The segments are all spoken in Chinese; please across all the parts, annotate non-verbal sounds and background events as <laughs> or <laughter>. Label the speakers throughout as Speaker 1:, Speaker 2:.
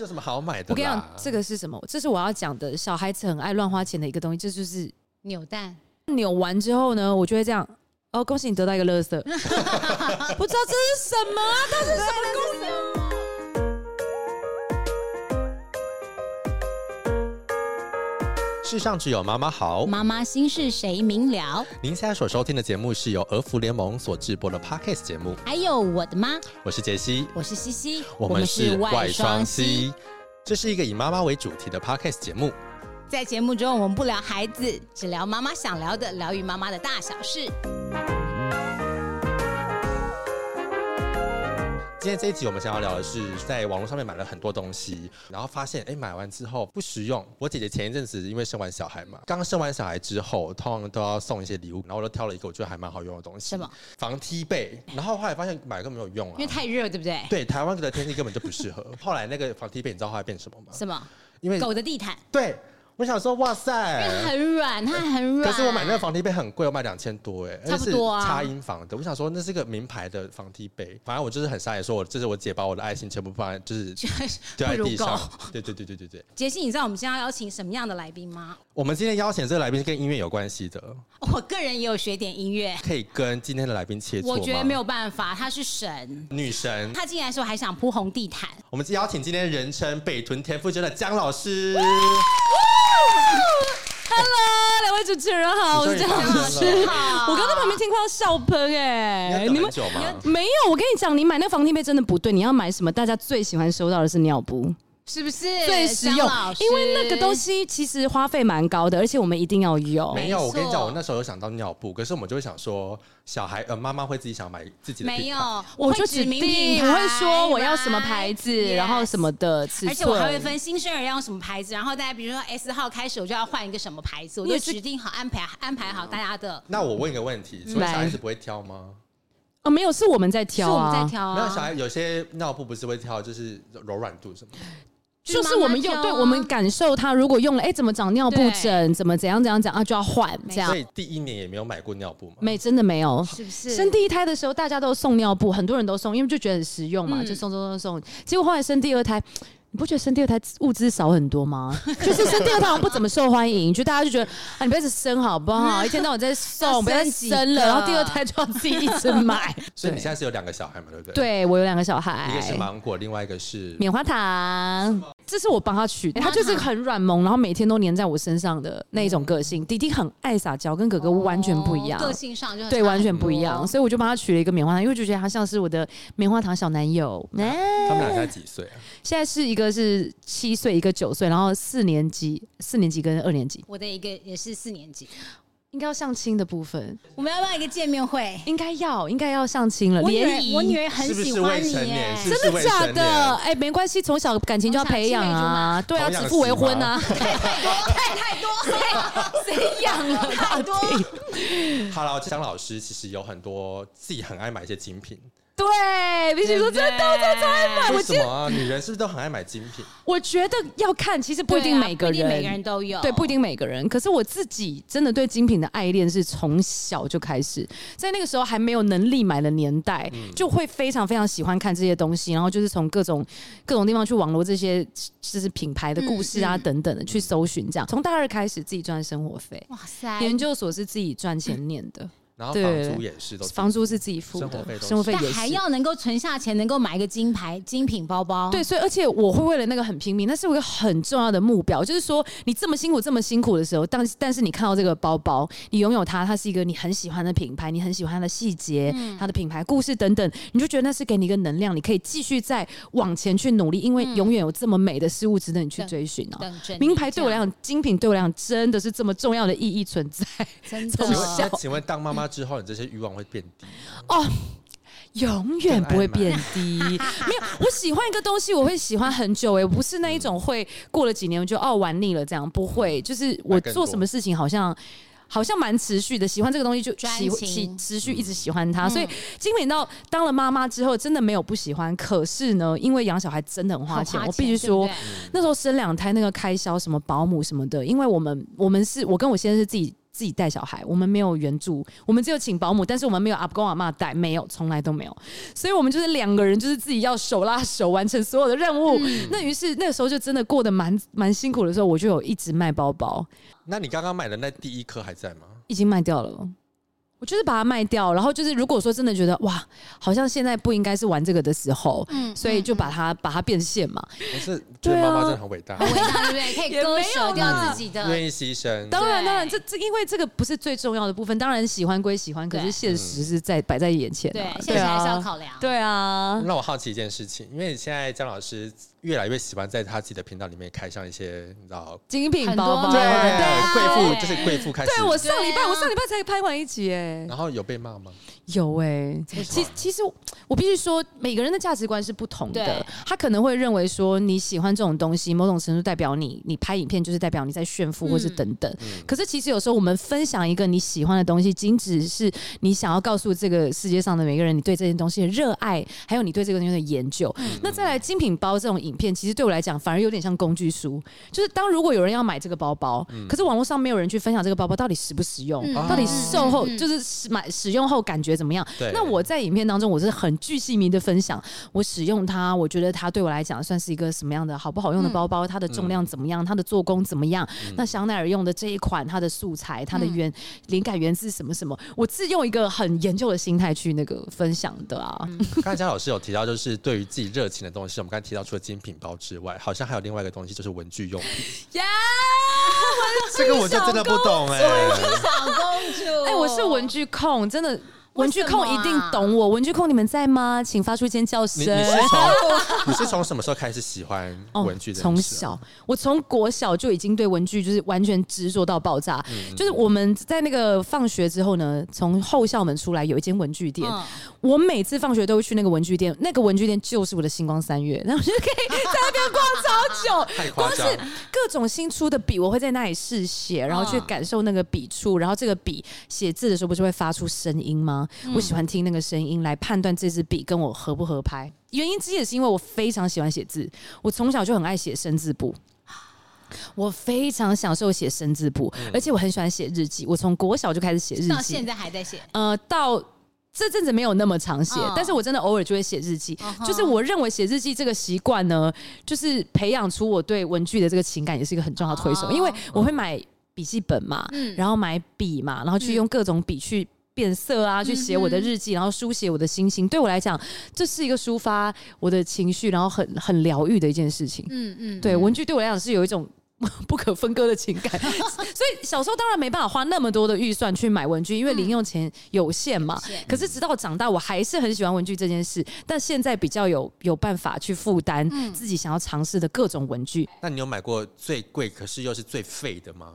Speaker 1: 有什么好买的啦？
Speaker 2: 我跟你讲，这个是什么？这是我要讲的，小孩子很爱乱花钱的一个东西，这就是
Speaker 3: 扭蛋，
Speaker 2: 扭完之后呢，我就会这样。哦，恭喜你得到一个乐
Speaker 3: <laughs>
Speaker 2: 色，不知道这是什么啊？它是什么功能？
Speaker 1: 世上只有妈妈好。
Speaker 3: 妈妈心事谁明了？
Speaker 1: 您现在所收听的节目是由俄服联盟所制播的 Podcast 节目，
Speaker 3: 还有我的妈，
Speaker 1: 我是杰西，
Speaker 3: 我是西西，
Speaker 1: 我们是外双。溪，这是一个以妈妈为主题的 Podcast 节目。
Speaker 3: 在节目中，我们不聊孩子，只聊妈妈想聊的，聊与妈妈的大小事。
Speaker 1: 今天这一集我们想要聊的是，在网络上面买了很多东西，然后发现哎、诶买完之后不实用。我姐姐前一阵子因为生完小孩嘛，刚生完小孩之后，通常都要送一些礼物，然后我就挑了一个我觉得还蛮好用的东西，
Speaker 3: 什么
Speaker 1: 防踢被，然后后来发现买根本没有用啊，
Speaker 3: 因为太热，对不对？
Speaker 1: 对台湾的天气根本就不适合。 <laughs> 后来那个防踢被你知道后来变什么吗？
Speaker 3: 什么？
Speaker 1: 因为
Speaker 3: 狗的地毯，
Speaker 1: 对，我想说，哇
Speaker 3: 因为它
Speaker 1: 塞！
Speaker 3: 很软，它很软。
Speaker 1: 呃可是我买那个防踢被很贵，我买两千多哎，
Speaker 3: 差不多啊
Speaker 1: 而且是插音房的。我想说那是个名牌的防踢被，反正我就是很傻眼，说我这是我姐把我的爱心全部放在
Speaker 3: <laughs>
Speaker 1: 就是丢在
Speaker 3: 不如
Speaker 1: 地上
Speaker 3: 狗。
Speaker 1: <laughs> 对对对对对对，
Speaker 3: 杰西，你知道我们今天要邀请什么样的来宾吗？
Speaker 1: 我们今天邀请的这个来宾是跟音乐有关系的，
Speaker 3: 我个人也有学点音乐，
Speaker 1: 可以跟今天的来宾切磋吗
Speaker 3: 我觉得没有办法，他是神。
Speaker 1: 女神。
Speaker 3: 他进来的时候还想铺红地毯，
Speaker 1: 我们邀请今天人称北屯田馥甄的江老
Speaker 3: <laughs>
Speaker 1: 师，
Speaker 2: Hello，两位主持人好，我
Speaker 1: 你终于
Speaker 2: 是江老
Speaker 3: <laughs>
Speaker 1: 发
Speaker 2: 师
Speaker 1: 声了。
Speaker 2: 我刚在旁边听，快要笑喷
Speaker 1: 你
Speaker 2: 哎、你
Speaker 1: 你
Speaker 2: 们
Speaker 1: 们久吗？
Speaker 2: 没有？我跟你讲，你买那个防听被真的不对，你要买什么？大家最喜欢收到的是尿布，
Speaker 3: 是不是
Speaker 2: 最实用
Speaker 3: 江老，师
Speaker 2: 因为那个东西其实花费蛮高的，而且我们一定要有。
Speaker 1: 没有，
Speaker 3: 没
Speaker 1: 我跟你讲，
Speaker 3: 错
Speaker 1: 我那时候有想到尿布，可是我们就会想说，小孩呃，妈妈会自己想买自己的品牌，
Speaker 3: 没有，
Speaker 2: 我就
Speaker 3: 会
Speaker 2: 指
Speaker 3: 指明
Speaker 2: 定，
Speaker 3: 品
Speaker 2: 我
Speaker 3: 牌
Speaker 2: 会说我要什么牌子，
Speaker 3: right？
Speaker 2: 然后什么的尺寸，
Speaker 3: 而且我还会分新生儿要用什么牌子，然后大家比如说 S 号开始，我就要换一个什么牌子，我
Speaker 2: 你
Speaker 3: 就
Speaker 2: 也是
Speaker 3: 指定好安排安排好大家的。
Speaker 1: 那我问一个问题，请问小孩子不会挑吗？
Speaker 2: 哦，没有，是我们在
Speaker 3: 是
Speaker 2: 挑
Speaker 3: 我们
Speaker 2: 啊
Speaker 3: 在，挑
Speaker 1: 没有，小
Speaker 3: 啊，
Speaker 1: 孩有些尿布不是会挑，就是柔软度什么的。
Speaker 2: 就是我们用，
Speaker 3: 就是妈妈
Speaker 2: 对
Speaker 3: 挑啊
Speaker 2: 我们感受它，如果用了，哎，怎么长尿布
Speaker 3: 对
Speaker 2: 疹，怎么怎样怎样怎样啊，就要换
Speaker 3: 没
Speaker 2: 这样
Speaker 1: 所。以第一年也没有买过尿布嘛。
Speaker 2: 没，真的没有。
Speaker 3: 是不是？
Speaker 2: 生第一胎的时候，大家都送尿布，很多人都送，因为就觉得很实用嘛，
Speaker 3: 嗯
Speaker 2: 就送送送送。结果后来生第二胎，你不觉得生第二胎物资少很多吗？ <laughs> 就是生第二胎好像不怎么受欢迎，就大家就觉得啊，你不要一直生好不
Speaker 3: <laughs>
Speaker 2: 好？一天到晚在
Speaker 3: 要
Speaker 2: 送，不要再
Speaker 3: 生几
Speaker 2: 生了。
Speaker 3: 个
Speaker 2: 然后第二胎就要自己一直买。
Speaker 1: 所以你
Speaker 2: 对
Speaker 1: 现在是有两个小孩嘛，对不对？。
Speaker 2: 对我有两个小孩，
Speaker 1: 一个是芒果，另外一个是
Speaker 2: 棉花糖。这是我帮他取的，
Speaker 3: 棉花
Speaker 2: 他
Speaker 3: 糖
Speaker 2: 就是很软萌，然后每天都黏在我身上的那一种个性。弟弟很爱撒娇，跟哥哥完全不一样，
Speaker 3: 嗯哦个性哦上就很
Speaker 2: 对，
Speaker 3: 差
Speaker 2: 完全不一
Speaker 3: 很
Speaker 2: 样。
Speaker 3: 多
Speaker 2: 所以我就帮他取了一个棉花糖，因为我就觉得他像是我的棉花糖小男友。哎
Speaker 3: 嗯
Speaker 1: 他们俩现在几岁啊？
Speaker 2: <laughs> 现在是一个是七岁，一个九岁，然后四年级、四年级跟二年级
Speaker 3: 我的一个也是四年级，
Speaker 2: 应该要相亲的部分，
Speaker 3: 我们要不要一个见面会？
Speaker 2: 应该要应该要相亲了，
Speaker 3: 我女儿
Speaker 2: 联谊
Speaker 3: 我女儿很
Speaker 1: 是不是
Speaker 3: 喜欢
Speaker 1: 未
Speaker 3: 你
Speaker 1: 成年
Speaker 3: 耶，
Speaker 1: 是不
Speaker 2: 真的
Speaker 1: 未
Speaker 2: 假
Speaker 1: 成
Speaker 2: 的
Speaker 1: 年？
Speaker 2: 哎、没关系，从小感情就要
Speaker 3: 从小
Speaker 2: 培养
Speaker 3: 青梅竹马
Speaker 2: 啊，对啊，
Speaker 1: 童养
Speaker 2: 指腹为
Speaker 1: 媳
Speaker 2: 婚
Speaker 1: 嘛
Speaker 2: 啊。
Speaker 3: 太多谁 <laughs> 谁养了太多？
Speaker 1: 好了，江老师其实有很多自己很爱买一些精品。
Speaker 2: 对，必须说真的， <laughs> 我真的超爱买。我
Speaker 1: 为
Speaker 2: 记
Speaker 1: 什么啊？女人是不是都很爱买精品？
Speaker 2: 我觉得要看，其实不一定每个
Speaker 3: 对啊
Speaker 2: 人，
Speaker 3: 不一定每个人都有，
Speaker 2: 对，不一定每个人。可是我自己真的对精品的爱恋是从小就开始，在那个时候还没有能力买的年代，
Speaker 3: 嗯
Speaker 2: 就会非常非常喜欢看这些东西，然后就是从各种各种地方去网罗这些就是品牌的故事啊、
Speaker 3: 嗯嗯
Speaker 2: 等等的去搜寻，这样从大二开始自己赚生活费。
Speaker 3: 哇塞，
Speaker 2: 研究所是自己赚钱念的，
Speaker 1: 然后
Speaker 2: 对
Speaker 1: 房租也是都
Speaker 2: 房租是自己付
Speaker 1: 生活费
Speaker 2: 的，
Speaker 1: 都是
Speaker 2: 生活费也
Speaker 3: 但
Speaker 2: 是。
Speaker 3: 还要能够存下钱，能够买一个金牌精品包包。
Speaker 2: 对，，所以而且我会为了那个很拼命，那是我一个很重要的目标，就是说你这么辛苦这么辛苦的时候，但但是你看到这个包包，你拥有它，它是一个你很喜欢的品牌，你很喜欢它的细节、它的品牌故事等等，你就觉得那是给你一个能量，你可以继续再往前去努力，因为永远有这么美的事物值得你去
Speaker 3: 对
Speaker 2: 追寻啊。
Speaker 3: 等着你
Speaker 2: 名牌对我来
Speaker 3: 这样
Speaker 2: 讲，精品对我来讲，真的是这么重要的意义存在。
Speaker 3: 真
Speaker 2: 怎么
Speaker 3: 的
Speaker 1: 那
Speaker 2: 想
Speaker 1: 请问当妈妈之后，你这些欲望会变低？
Speaker 2: 永远不会变低。没有，我喜欢一个东西，我会喜欢很久、欸。我不是那一种会过了几年我就哦玩腻了这样，不会。就是我做什么事情好像。好像蛮持续的，喜欢这个东西就
Speaker 3: 专
Speaker 2: 喜
Speaker 3: 情
Speaker 2: 喜持续一直喜欢它，所以精品到当了妈妈之后，真的没有不喜欢。可是呢，因为养小孩真的很花钱，我必须说，，那时候生两胎那个开销，什么保姆什么的，因为我们我们是我跟我先生是自己自己带小孩，我们没有援助，我们只有请保姆，但是我们没有阿公阿妈带，没有，从来都没有。所以我们就是两个人，就是自己要手拉手完成所有的任务。
Speaker 3: 嗯
Speaker 2: 那于是那个时候就真的过得蛮蛮辛苦的时候，我就有一直卖包包，
Speaker 1: 那你刚刚买的那第一颗还在
Speaker 2: <laughs>
Speaker 1: 吗？
Speaker 2: 已经卖掉了。我就是把它卖掉，然后就是如果说真的觉得哇，好像现在不应该是玩这个的时候，
Speaker 3: 嗯
Speaker 2: 所以
Speaker 3: <laughs>
Speaker 2: 就把它把它变现嘛。
Speaker 1: 我是觉
Speaker 2: 对
Speaker 1: 得
Speaker 2: 啊
Speaker 1: 妈妈真的很伟大，
Speaker 3: 很伟大，对不对？可以
Speaker 2: 也
Speaker 3: 割
Speaker 2: 没有
Speaker 3: 舍掉自己的
Speaker 1: 愿意牺牲。
Speaker 2: <laughs> 当然，
Speaker 3: 对
Speaker 2: 当然，这这因为这个不是最重要的部分。当然喜欢归喜欢，可
Speaker 3: 对
Speaker 2: 是现实是在摆在眼前、
Speaker 3: 对
Speaker 2: 啊，，
Speaker 3: 现在还是要考量。
Speaker 2: 对啊，
Speaker 1: 让我好奇一件事情，因为现在姜老师越来越喜欢在他自己的频道里面开上一些，你知道，呃
Speaker 2: 精品包包，
Speaker 3: 很多啊
Speaker 2: 对
Speaker 3: 对
Speaker 1: 贵妇就是贵妇开始。
Speaker 2: 对我上礼拜、
Speaker 3: 对啊
Speaker 2: 我上礼拜才拍完一集哎、
Speaker 1: 然后有被骂吗？
Speaker 2: 有哎、
Speaker 1: 为什
Speaker 2: 其
Speaker 1: 么
Speaker 2: 其实我必须说，每个人的价值观是不同的
Speaker 3: 对。
Speaker 2: 他可能会认为说，你喜欢这种东西，某种程度代表你，你拍影片就是代表你在炫富，
Speaker 3: 嗯
Speaker 2: 或是等等。可是其实有时候我们分享一个你喜欢的东西，仅只是你想要告诉这个世界上的每个人，你对这件东西的热爱，还有你对这个东西的研究。
Speaker 3: 嗯
Speaker 2: 那再来精品包这种影片，其实对我来讲反而有点像工具书，就是当如果有人要买这个包包，可是网络上没有人去分享这个包包到底实不实用，
Speaker 3: 嗯
Speaker 2: 到底
Speaker 1: 哦
Speaker 2: 售后、
Speaker 3: 嗯嗯
Speaker 2: 就是使买使用后感觉怎么样。
Speaker 1: 对，
Speaker 2: 那我在影片当中，我是很具细迷的分享我使用它，我觉得它对我来讲算是一个什么样的好不好用
Speaker 3: 嗯
Speaker 2: 的包包，它的重量怎么样，它的做工怎么样。
Speaker 1: 嗯
Speaker 2: 那香奈儿用的这一款，它的素材、它的
Speaker 3: 嗯
Speaker 2: 原灵感源自什么什么，我自用一个很研究的心态去那个分享的啊。
Speaker 3: 嗯
Speaker 1: 刚才姜老师有提到，就是对于自己热情的东西，我们刚才提到除了精品包之外，好像还有另外一个东西，就是文具用
Speaker 2: <laughs>
Speaker 1: 品。
Speaker 2: 呀，
Speaker 1: 这个我就真的不懂哎、
Speaker 3: 小公主，
Speaker 2: <laughs>
Speaker 3: 嗯
Speaker 2: 哎，我是文具控，真的。文具
Speaker 3: 为
Speaker 2: 控
Speaker 3: 什么
Speaker 2: 一
Speaker 3: 啊
Speaker 2: 定懂我，文具控你们在吗？请发出尖叫声
Speaker 1: 你。你是从你是从什么时候开始喜欢文具的？啊
Speaker 2: 哦从小，我从国小就已经对文具就是完全执着到爆炸。
Speaker 1: 嗯
Speaker 2: 就是我们在那个放学之后呢，从后校门出来有一间文具店，
Speaker 3: 嗯
Speaker 2: 我每次放学都会去那个文具店，那个文具店就是我的星光三月，然后就可以在那边逛超久。
Speaker 1: 太夸
Speaker 2: 光是
Speaker 1: 张，
Speaker 2: 各种新出的笔，我会在那里试写，然后去感受那个笔触，然后这个笔写字的时候不是会发出声音吗？
Speaker 3: 嗯
Speaker 2: 我喜欢听那个声音来判断这支笔跟我合不合拍。原因之一也是因为我非常喜欢写字，我从小就很爱写生字簿。我非常享受写生字簿，而且我很喜欢写日记。我从国小就开始写日
Speaker 3: 嗯到
Speaker 2: 记，
Speaker 3: 现在还在写，
Speaker 2: 呃，到这阵子没有那么常写，
Speaker 3: 嗯
Speaker 2: 但是我真的偶尔就会写日记。
Speaker 3: 嗯
Speaker 2: <laughs>
Speaker 3: 哼
Speaker 2: 就是我认为写日记这个习惯呢，就是培养出我对文具的这个情感，也是一个很重要的推手。
Speaker 3: 哦
Speaker 2: 因为我会买笔记本嘛，
Speaker 3: 嗯
Speaker 2: 然后买笔嘛，然后去
Speaker 3: 嗯
Speaker 2: 用各种笔去。变色啊，去写我的日记，然后书写我的心情。对我来讲，这是一个抒发我的情绪，然后很很疗愈的一件事情。
Speaker 3: 嗯嗯，
Speaker 2: 对，文具对我来讲是有一种 <laughs> 不可分割的情感， <laughs> 所以小时候当然没办法花那么多的预算去买文具，
Speaker 3: 嗯
Speaker 2: 因为零用钱有限嘛。
Speaker 3: 有限
Speaker 2: 可是直到我长大，我还是很喜欢文具这件事，但现在比较有有办法去负担
Speaker 1: 嗯
Speaker 2: 自己想要尝试的各种文具。
Speaker 1: 那你有买过最贵，可是又是最废的吗？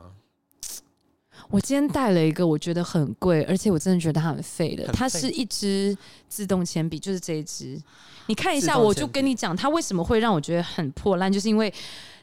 Speaker 2: 我今天带了一个我觉得很贵，而且我真的觉得它很废的，
Speaker 1: 很废
Speaker 2: 它是一支自动铅笔，就是这一支。你看一
Speaker 1: 自
Speaker 2: 下，
Speaker 1: 动铅笔
Speaker 2: 我就跟你讲，它为什么会让我觉得很破烂，就是因为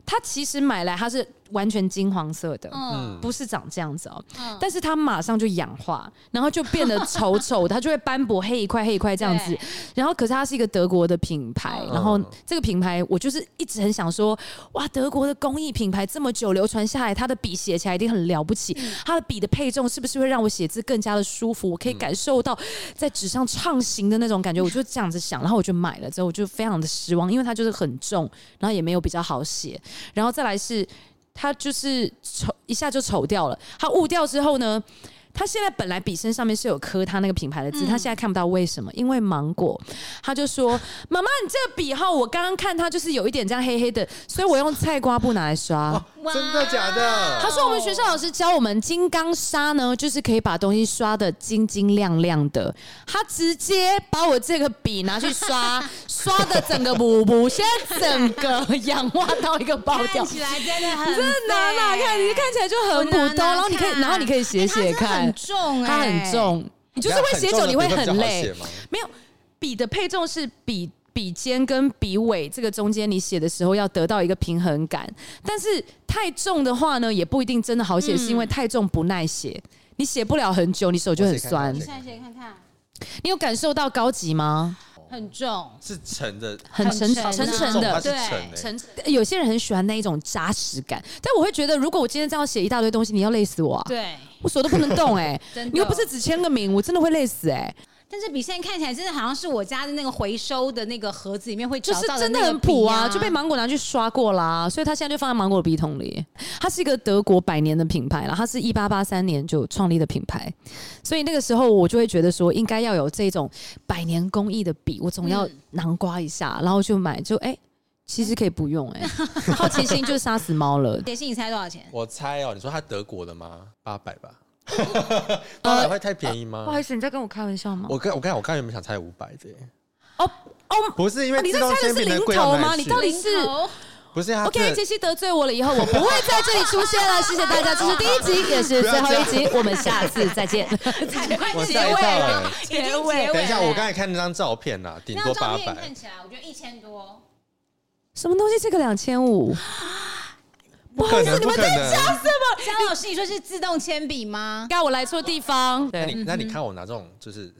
Speaker 2: 它其实买来它是完全金黄色的，
Speaker 3: 嗯
Speaker 2: 不是长这样子哦、
Speaker 3: 嗯
Speaker 2: 但是它马上就氧化，然后就变得丑丑的，它就会斑驳黑一块黑一块这样子
Speaker 3: 对。
Speaker 2: 然后可是它是一个德国的品牌，
Speaker 1: 嗯
Speaker 2: 然后这个品牌我就是一直很想说，哇，德国的工艺品牌这么久流传下来，它的笔写起来一定很了不起，它的笔的配重是不是会让我写字更加的舒服？我可以感受到在纸上畅行的那种感觉，我就这样子想，然后我就买了之后，我就非常的失望，因为它就是很重，然后也没有比较好写，然后再来是它就是丑一下就丑掉了，它雾掉之后呢？它现在本来笔身上面是有刻它那个品牌的字，它现在看不到，为什么？因为芒果，他就说：“妈妈，你这个笔哈，我刚刚看它就是有一点这样黑黑的，所以我用菜瓜布拿来
Speaker 3: <laughs>
Speaker 2: 刷。
Speaker 3: 哇
Speaker 1: 真的假的？
Speaker 2: 他说我们学校老师教我们金刚砂呢，就是可以把东西刷的晶晶亮亮的。他直接把我这个笔拿去刷，
Speaker 3: <laughs>
Speaker 2: 刷的整个补补，现在整个氧化到一个爆 <laughs> 掉
Speaker 3: <laughs> 看。起来真的很，
Speaker 2: 你真的啊拿哪看？你看起来就
Speaker 3: 我
Speaker 2: 很
Speaker 3: 拿
Speaker 2: 普
Speaker 3: 拿
Speaker 2: 通，然后你可以，
Speaker 3: 啊看
Speaker 2: 然后你可以写写
Speaker 3: 哎它
Speaker 2: 看
Speaker 3: 真的很，重哎，
Speaker 2: 它很，重，你就是会写久，你会很累。没有笔的配重是笔笔尖跟笔尾这个中间，你写的时候要得到一个平衡感。但是太重的话呢，也不一定真的好写，是因为太重不耐写，你写不了很久，你手就很酸
Speaker 1: 我写看看。
Speaker 3: 现在谁看看？
Speaker 2: 你有感受到高级吗？
Speaker 3: 很重，
Speaker 1: 是沉的，
Speaker 2: 很沉
Speaker 3: 很
Speaker 2: 沉
Speaker 3: 沉
Speaker 2: 沉
Speaker 1: 重它
Speaker 2: 的
Speaker 1: 是。
Speaker 3: 对
Speaker 1: 沉欸的、
Speaker 2: 沉，有些人很喜欢那一种扎实感，但我会觉得，如果我今天这样写一大堆东西，你要累死我啊！
Speaker 3: 对，
Speaker 2: 我手都不能动哎、
Speaker 3: 真的
Speaker 2: 你又不是只签个名，我真的会累死哎、
Speaker 3: 但是比现在看起来真的好像是我家的那个回收的那个盒子里面会
Speaker 2: 就
Speaker 3: 找
Speaker 2: 是
Speaker 3: 到
Speaker 2: 真
Speaker 3: 的
Speaker 2: 的
Speaker 3: 那个
Speaker 2: 很普
Speaker 3: 笔
Speaker 2: 啊，就被芒果拿去刷过啦，所以它现在就放在芒果的笔筒里。它是一个德国百年的品牌啦，它是一八八三年就创立的品牌，所以那个时候我就会觉得说，应该要有这种百年工艺的笔，我总要
Speaker 3: 嗯
Speaker 2: 囊括一下，然后就买，就哎、其实可以不用哎、 <laughs> 好奇心就杀死猫了。
Speaker 3: 杰西，你猜多少钱？
Speaker 1: 我猜哦，你说它德国的吗？八百吧，八百会太便宜吗？
Speaker 2: <laughs> 不好意思，你在跟我开玩笑吗？
Speaker 1: 我刚我刚我刚原本想猜五百的耶，欸
Speaker 2: 哦，
Speaker 1: 不是因为
Speaker 2: 你
Speaker 1: 自
Speaker 2: 这
Speaker 1: 动
Speaker 2: 猜的
Speaker 1: 铅
Speaker 2: 是
Speaker 1: 笔
Speaker 2: 零
Speaker 1: 的贵
Speaker 2: 头
Speaker 1: 到
Speaker 2: 吗
Speaker 1: 哪里
Speaker 2: 你
Speaker 1: 去
Speaker 2: 到底是
Speaker 3: 零头
Speaker 1: 不是因为啊它
Speaker 2: OK，
Speaker 1: 真的
Speaker 2: 杰西得罪我了以后，我不会在这里出现了。谢谢大家，这是第一集，也是最后一集，我们下次再见。
Speaker 3: 才快
Speaker 1: 我
Speaker 3: 结
Speaker 1: 吓一
Speaker 3: 尾
Speaker 1: 跳
Speaker 3: 了
Speaker 1: 哎，
Speaker 3: 已经结尾了。
Speaker 1: 等一下，我刚才看那张照片啦，顶
Speaker 3: 那
Speaker 1: 多
Speaker 3: 张
Speaker 1: 八
Speaker 3: 照片
Speaker 1: 百
Speaker 3: 看。起来，我觉得一千多。
Speaker 2: 什么东西？这个两千五？不好意思，你
Speaker 1: 不
Speaker 2: 们
Speaker 1: 可
Speaker 2: 在
Speaker 1: 能。
Speaker 3: 张老师，你说是自动铅笔吗？
Speaker 2: 该我来错地方。
Speaker 1: 那你
Speaker 2: 对，
Speaker 1: 那你看我拿这种就是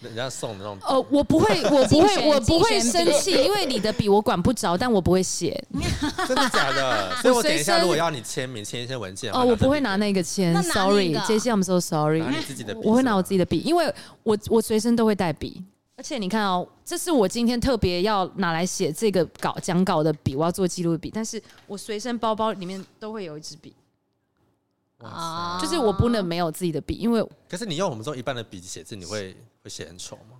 Speaker 1: 人家送的那种，
Speaker 2: 呃，我不 <laughs> 会，我不
Speaker 3: 竞
Speaker 2: 会，
Speaker 3: 选
Speaker 2: 我不会
Speaker 3: 竞选
Speaker 2: 生气，因为你的笔我管不着，但我不会写。
Speaker 1: 真的假
Speaker 2: <laughs>
Speaker 1: 的？所以我
Speaker 2: 我
Speaker 1: 等
Speaker 2: 随
Speaker 1: 一下如果
Speaker 2: 身
Speaker 1: 要你签名签一些文件的话
Speaker 2: 哦，我不会拿那个
Speaker 3: 那
Speaker 2: 签
Speaker 3: 拿你
Speaker 2: ，sorry，
Speaker 3: 的
Speaker 2: 杰西，I'm so sorry
Speaker 1: 拿。你自己的笔
Speaker 2: 我会拿我自己
Speaker 1: 的。
Speaker 2: 的笔，因为我我随身都会带笔。而且你看哦，这是我今天特别要拿来写这个稿讲稿的笔，我要做记录的笔。但是我随身包包里面都会有一支笔，
Speaker 1: 哇
Speaker 3: 啊
Speaker 1: 塞！
Speaker 2: 就是我不能没有自己的笔，因为
Speaker 1: 可是你用我们这种一般的笔写字，你会会写很丑吗？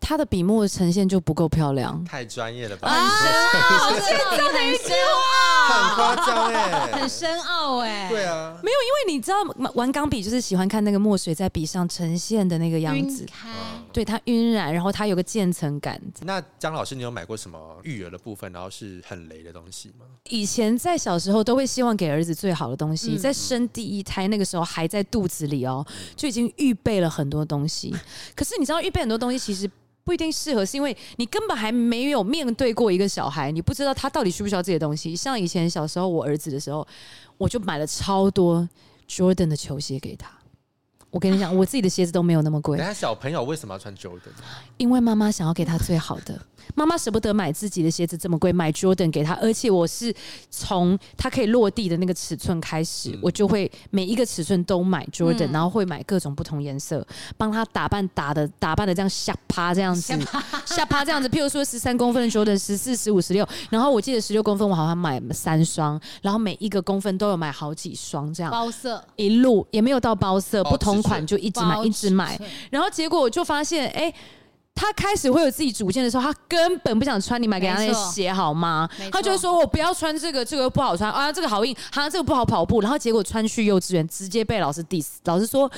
Speaker 2: 它的笔墨的呈现就不够漂亮。
Speaker 1: 太专业了吧？
Speaker 2: 啊
Speaker 3: 好深奥，你很深奥，
Speaker 1: 很夸张哎
Speaker 3: 很。深奥哎。
Speaker 1: 对啊，
Speaker 2: 没有，因为你知道玩钢笔就是喜欢看那个墨水在笔上呈现的那个样
Speaker 3: 晕
Speaker 2: 子，
Speaker 3: 开。
Speaker 1: 嗯
Speaker 2: 对它晕染，然后它有个渐层感。
Speaker 1: 那江老师，你有买过什么育儿的部分，然后是很雷的东西吗？
Speaker 2: 以前在小时候都会希望给儿子最好的东西，
Speaker 3: 嗯
Speaker 2: 在生第一胎那个时候还在肚子里哦，就已经预备了很多东西。可是你知道，预备很多东西其实。不一定适合，是因为你根本还没有面对过一个小孩，你不知道他到底需不需要这些东西。像以前小时候我儿子的时候，我就买了超多 Jordan 的球鞋给他。我跟你讲，我自己的鞋子都没有那么贵
Speaker 1: 等一，下小朋友为什么要穿 Jordan？
Speaker 2: 因为妈妈想要给他最好的，妈妈舍不得买自己的鞋子这么贵，买 Jordan 给他，而且我是从他可以落地的那个尺寸开始，
Speaker 1: 嗯
Speaker 2: 我就会每一个尺寸都买 Jordan，、
Speaker 3: 嗯
Speaker 2: 然后会买各种不同颜色，帮他打扮打的打扮的这样下趴这样子，下趴这样子，譬如说十三公分的 Jordan，十四、十五、十六，然后我记得十六公分我好像买三双，然后每一个公分都有买好几双这样。
Speaker 3: 包色，
Speaker 2: 一路也没有到包色，
Speaker 1: 包
Speaker 2: 不同
Speaker 1: 尺寸
Speaker 2: 款就一直买，
Speaker 3: 包
Speaker 2: 一直买
Speaker 3: 尺，寸
Speaker 2: 然后结果我就发现，哎、他开始会有自己主见的时候，他根本不想穿你买给他那
Speaker 3: 没
Speaker 2: 些
Speaker 3: 错
Speaker 2: 鞋，好吗
Speaker 3: 没？错
Speaker 2: 他就会说我不要穿这个，这个不好穿啊，这个好硬，啊，这个不好跑步。然后结果穿去幼稚园，直接被老师 diss，老师说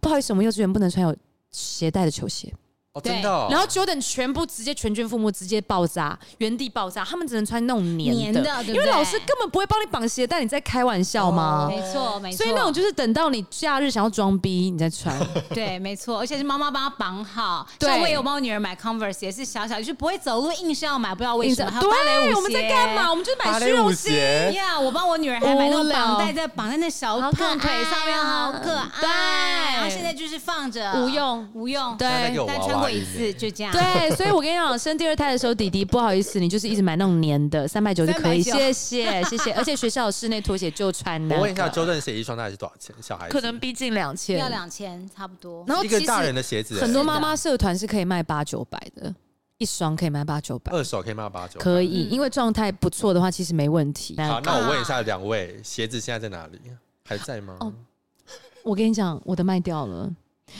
Speaker 2: 不好意思，我们幼稚园不能穿有鞋带的球鞋。
Speaker 1: 哦，
Speaker 3: 对
Speaker 1: 真的哦。
Speaker 2: 然后 Jordan 全部直接全军覆没，直接爆炸，原地爆炸，他们只能穿那种
Speaker 3: 粘
Speaker 2: 粘
Speaker 3: 的
Speaker 2: 的，
Speaker 3: 对不
Speaker 2: 因为
Speaker 3: 对
Speaker 2: 老师根本不会帮你绑鞋带，你在开玩笑吗？
Speaker 3: 没错没错。
Speaker 2: 所以那种就是等到你假日想要装逼，你再穿。 <laughs>
Speaker 3: 对，没错，而且是妈妈帮她绑好。
Speaker 2: 对
Speaker 3: 像我也有帮我女儿买 Converse，也是小小，就是不会走路，硬是要买，不知道为
Speaker 2: 你
Speaker 3: 什么。还有芭蕾舞
Speaker 2: 对，
Speaker 3: 鞋
Speaker 2: 我们在干嘛？？我们就是买
Speaker 1: 芭
Speaker 2: 虚
Speaker 1: 蕾舞
Speaker 2: 荣心。
Speaker 1: 鞋，
Speaker 3: 呀我帮我女儿还买
Speaker 2: 无
Speaker 3: 那种
Speaker 2: 聊
Speaker 3: 绑带，在绑在那小
Speaker 2: 好可
Speaker 3: 胖腿
Speaker 2: 爱
Speaker 3: 上面，好可
Speaker 2: 对
Speaker 3: 爱。然后现在就是放着，
Speaker 2: 无用
Speaker 3: 无用。
Speaker 2: 对
Speaker 1: 那那个
Speaker 3: 但
Speaker 1: 娃
Speaker 3: 穿
Speaker 1: 娃
Speaker 3: 过
Speaker 1: 音
Speaker 3: 一次
Speaker 1: 耶，
Speaker 3: 就这
Speaker 2: <laughs>
Speaker 3: 样。
Speaker 2: 对，所以我跟你讲，生第二胎的时候，弟弟不好意思，你就是一直买那种粘的，三百九就可以，
Speaker 3: 390
Speaker 2: 谢谢谢谢。而且学校有室内拖鞋就穿那
Speaker 1: 我问一下
Speaker 2: 个，
Speaker 1: ，Jordan 鞋一双大概是多少钱？小孩子
Speaker 2: 可能逼近两千，
Speaker 3: 要两千差不多。
Speaker 2: 然后
Speaker 1: 一
Speaker 2: 其
Speaker 1: 个
Speaker 2: 实
Speaker 1: 大人的鞋子耶，
Speaker 2: 很多妈妈社团是可以卖八九百的，一双可以卖八九百，
Speaker 1: 二手可以卖八九。
Speaker 2: 可以，
Speaker 3: 嗯
Speaker 2: 因为状态不错的话，其实没问题。
Speaker 1: 好，那我问一下
Speaker 3: 啊
Speaker 1: 两位，鞋子现在在哪里？还在吗？
Speaker 2: 哦我跟你讲，我的卖掉了，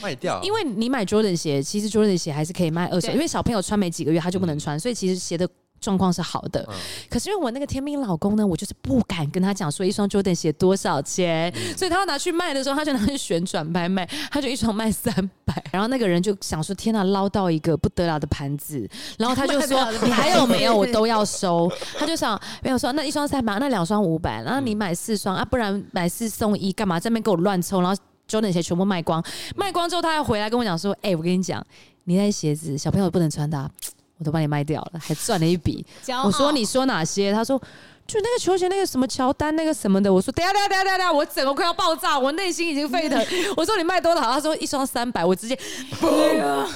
Speaker 1: 卖掉？
Speaker 2: 因为你买 Jordan 鞋，其实 Jordan 鞋还是可以卖二手，
Speaker 3: 对
Speaker 2: 因为小朋友穿没几个月他就不能穿，所以其实鞋的状况是好的。
Speaker 1: 嗯
Speaker 2: 可是因为我那个天命老公呢，我就是不敢跟他讲说一双 Jordan 鞋多少钱，所以他要拿去卖的时候，他就拿去旋转拍卖， <laughs> 他就一双卖三百，然后那个人就想说天哪，捞到一个不得了的盘子，然后他 <laughs> 就
Speaker 3: 不得
Speaker 2: 说
Speaker 3: 了的盘子
Speaker 2: 你还有没有？我都要 <laughs> 收。他就想没有说那一双三百，那两双五百，然后你买四双啊，不然买四送一干嘛？在那边给我乱抽，然后 Jordan 鞋全部卖光，卖光之后他还回来跟我讲说，哎、我跟你讲，你那些鞋子小朋友不能穿的啊、我都帮你卖掉了，还赚了一笔。
Speaker 3: 骄傲
Speaker 2: 我说你说哪些？他说就那个球鞋，那个什么乔丹，那个什么的，我说等一下等一下等一下等一下，我整个快要爆炸，我内心已经沸腾。
Speaker 3: 嗯
Speaker 2: <laughs> 我说你卖多少？他说一双三百，我直
Speaker 3: <laughs>
Speaker 2: 接，
Speaker 3: 哎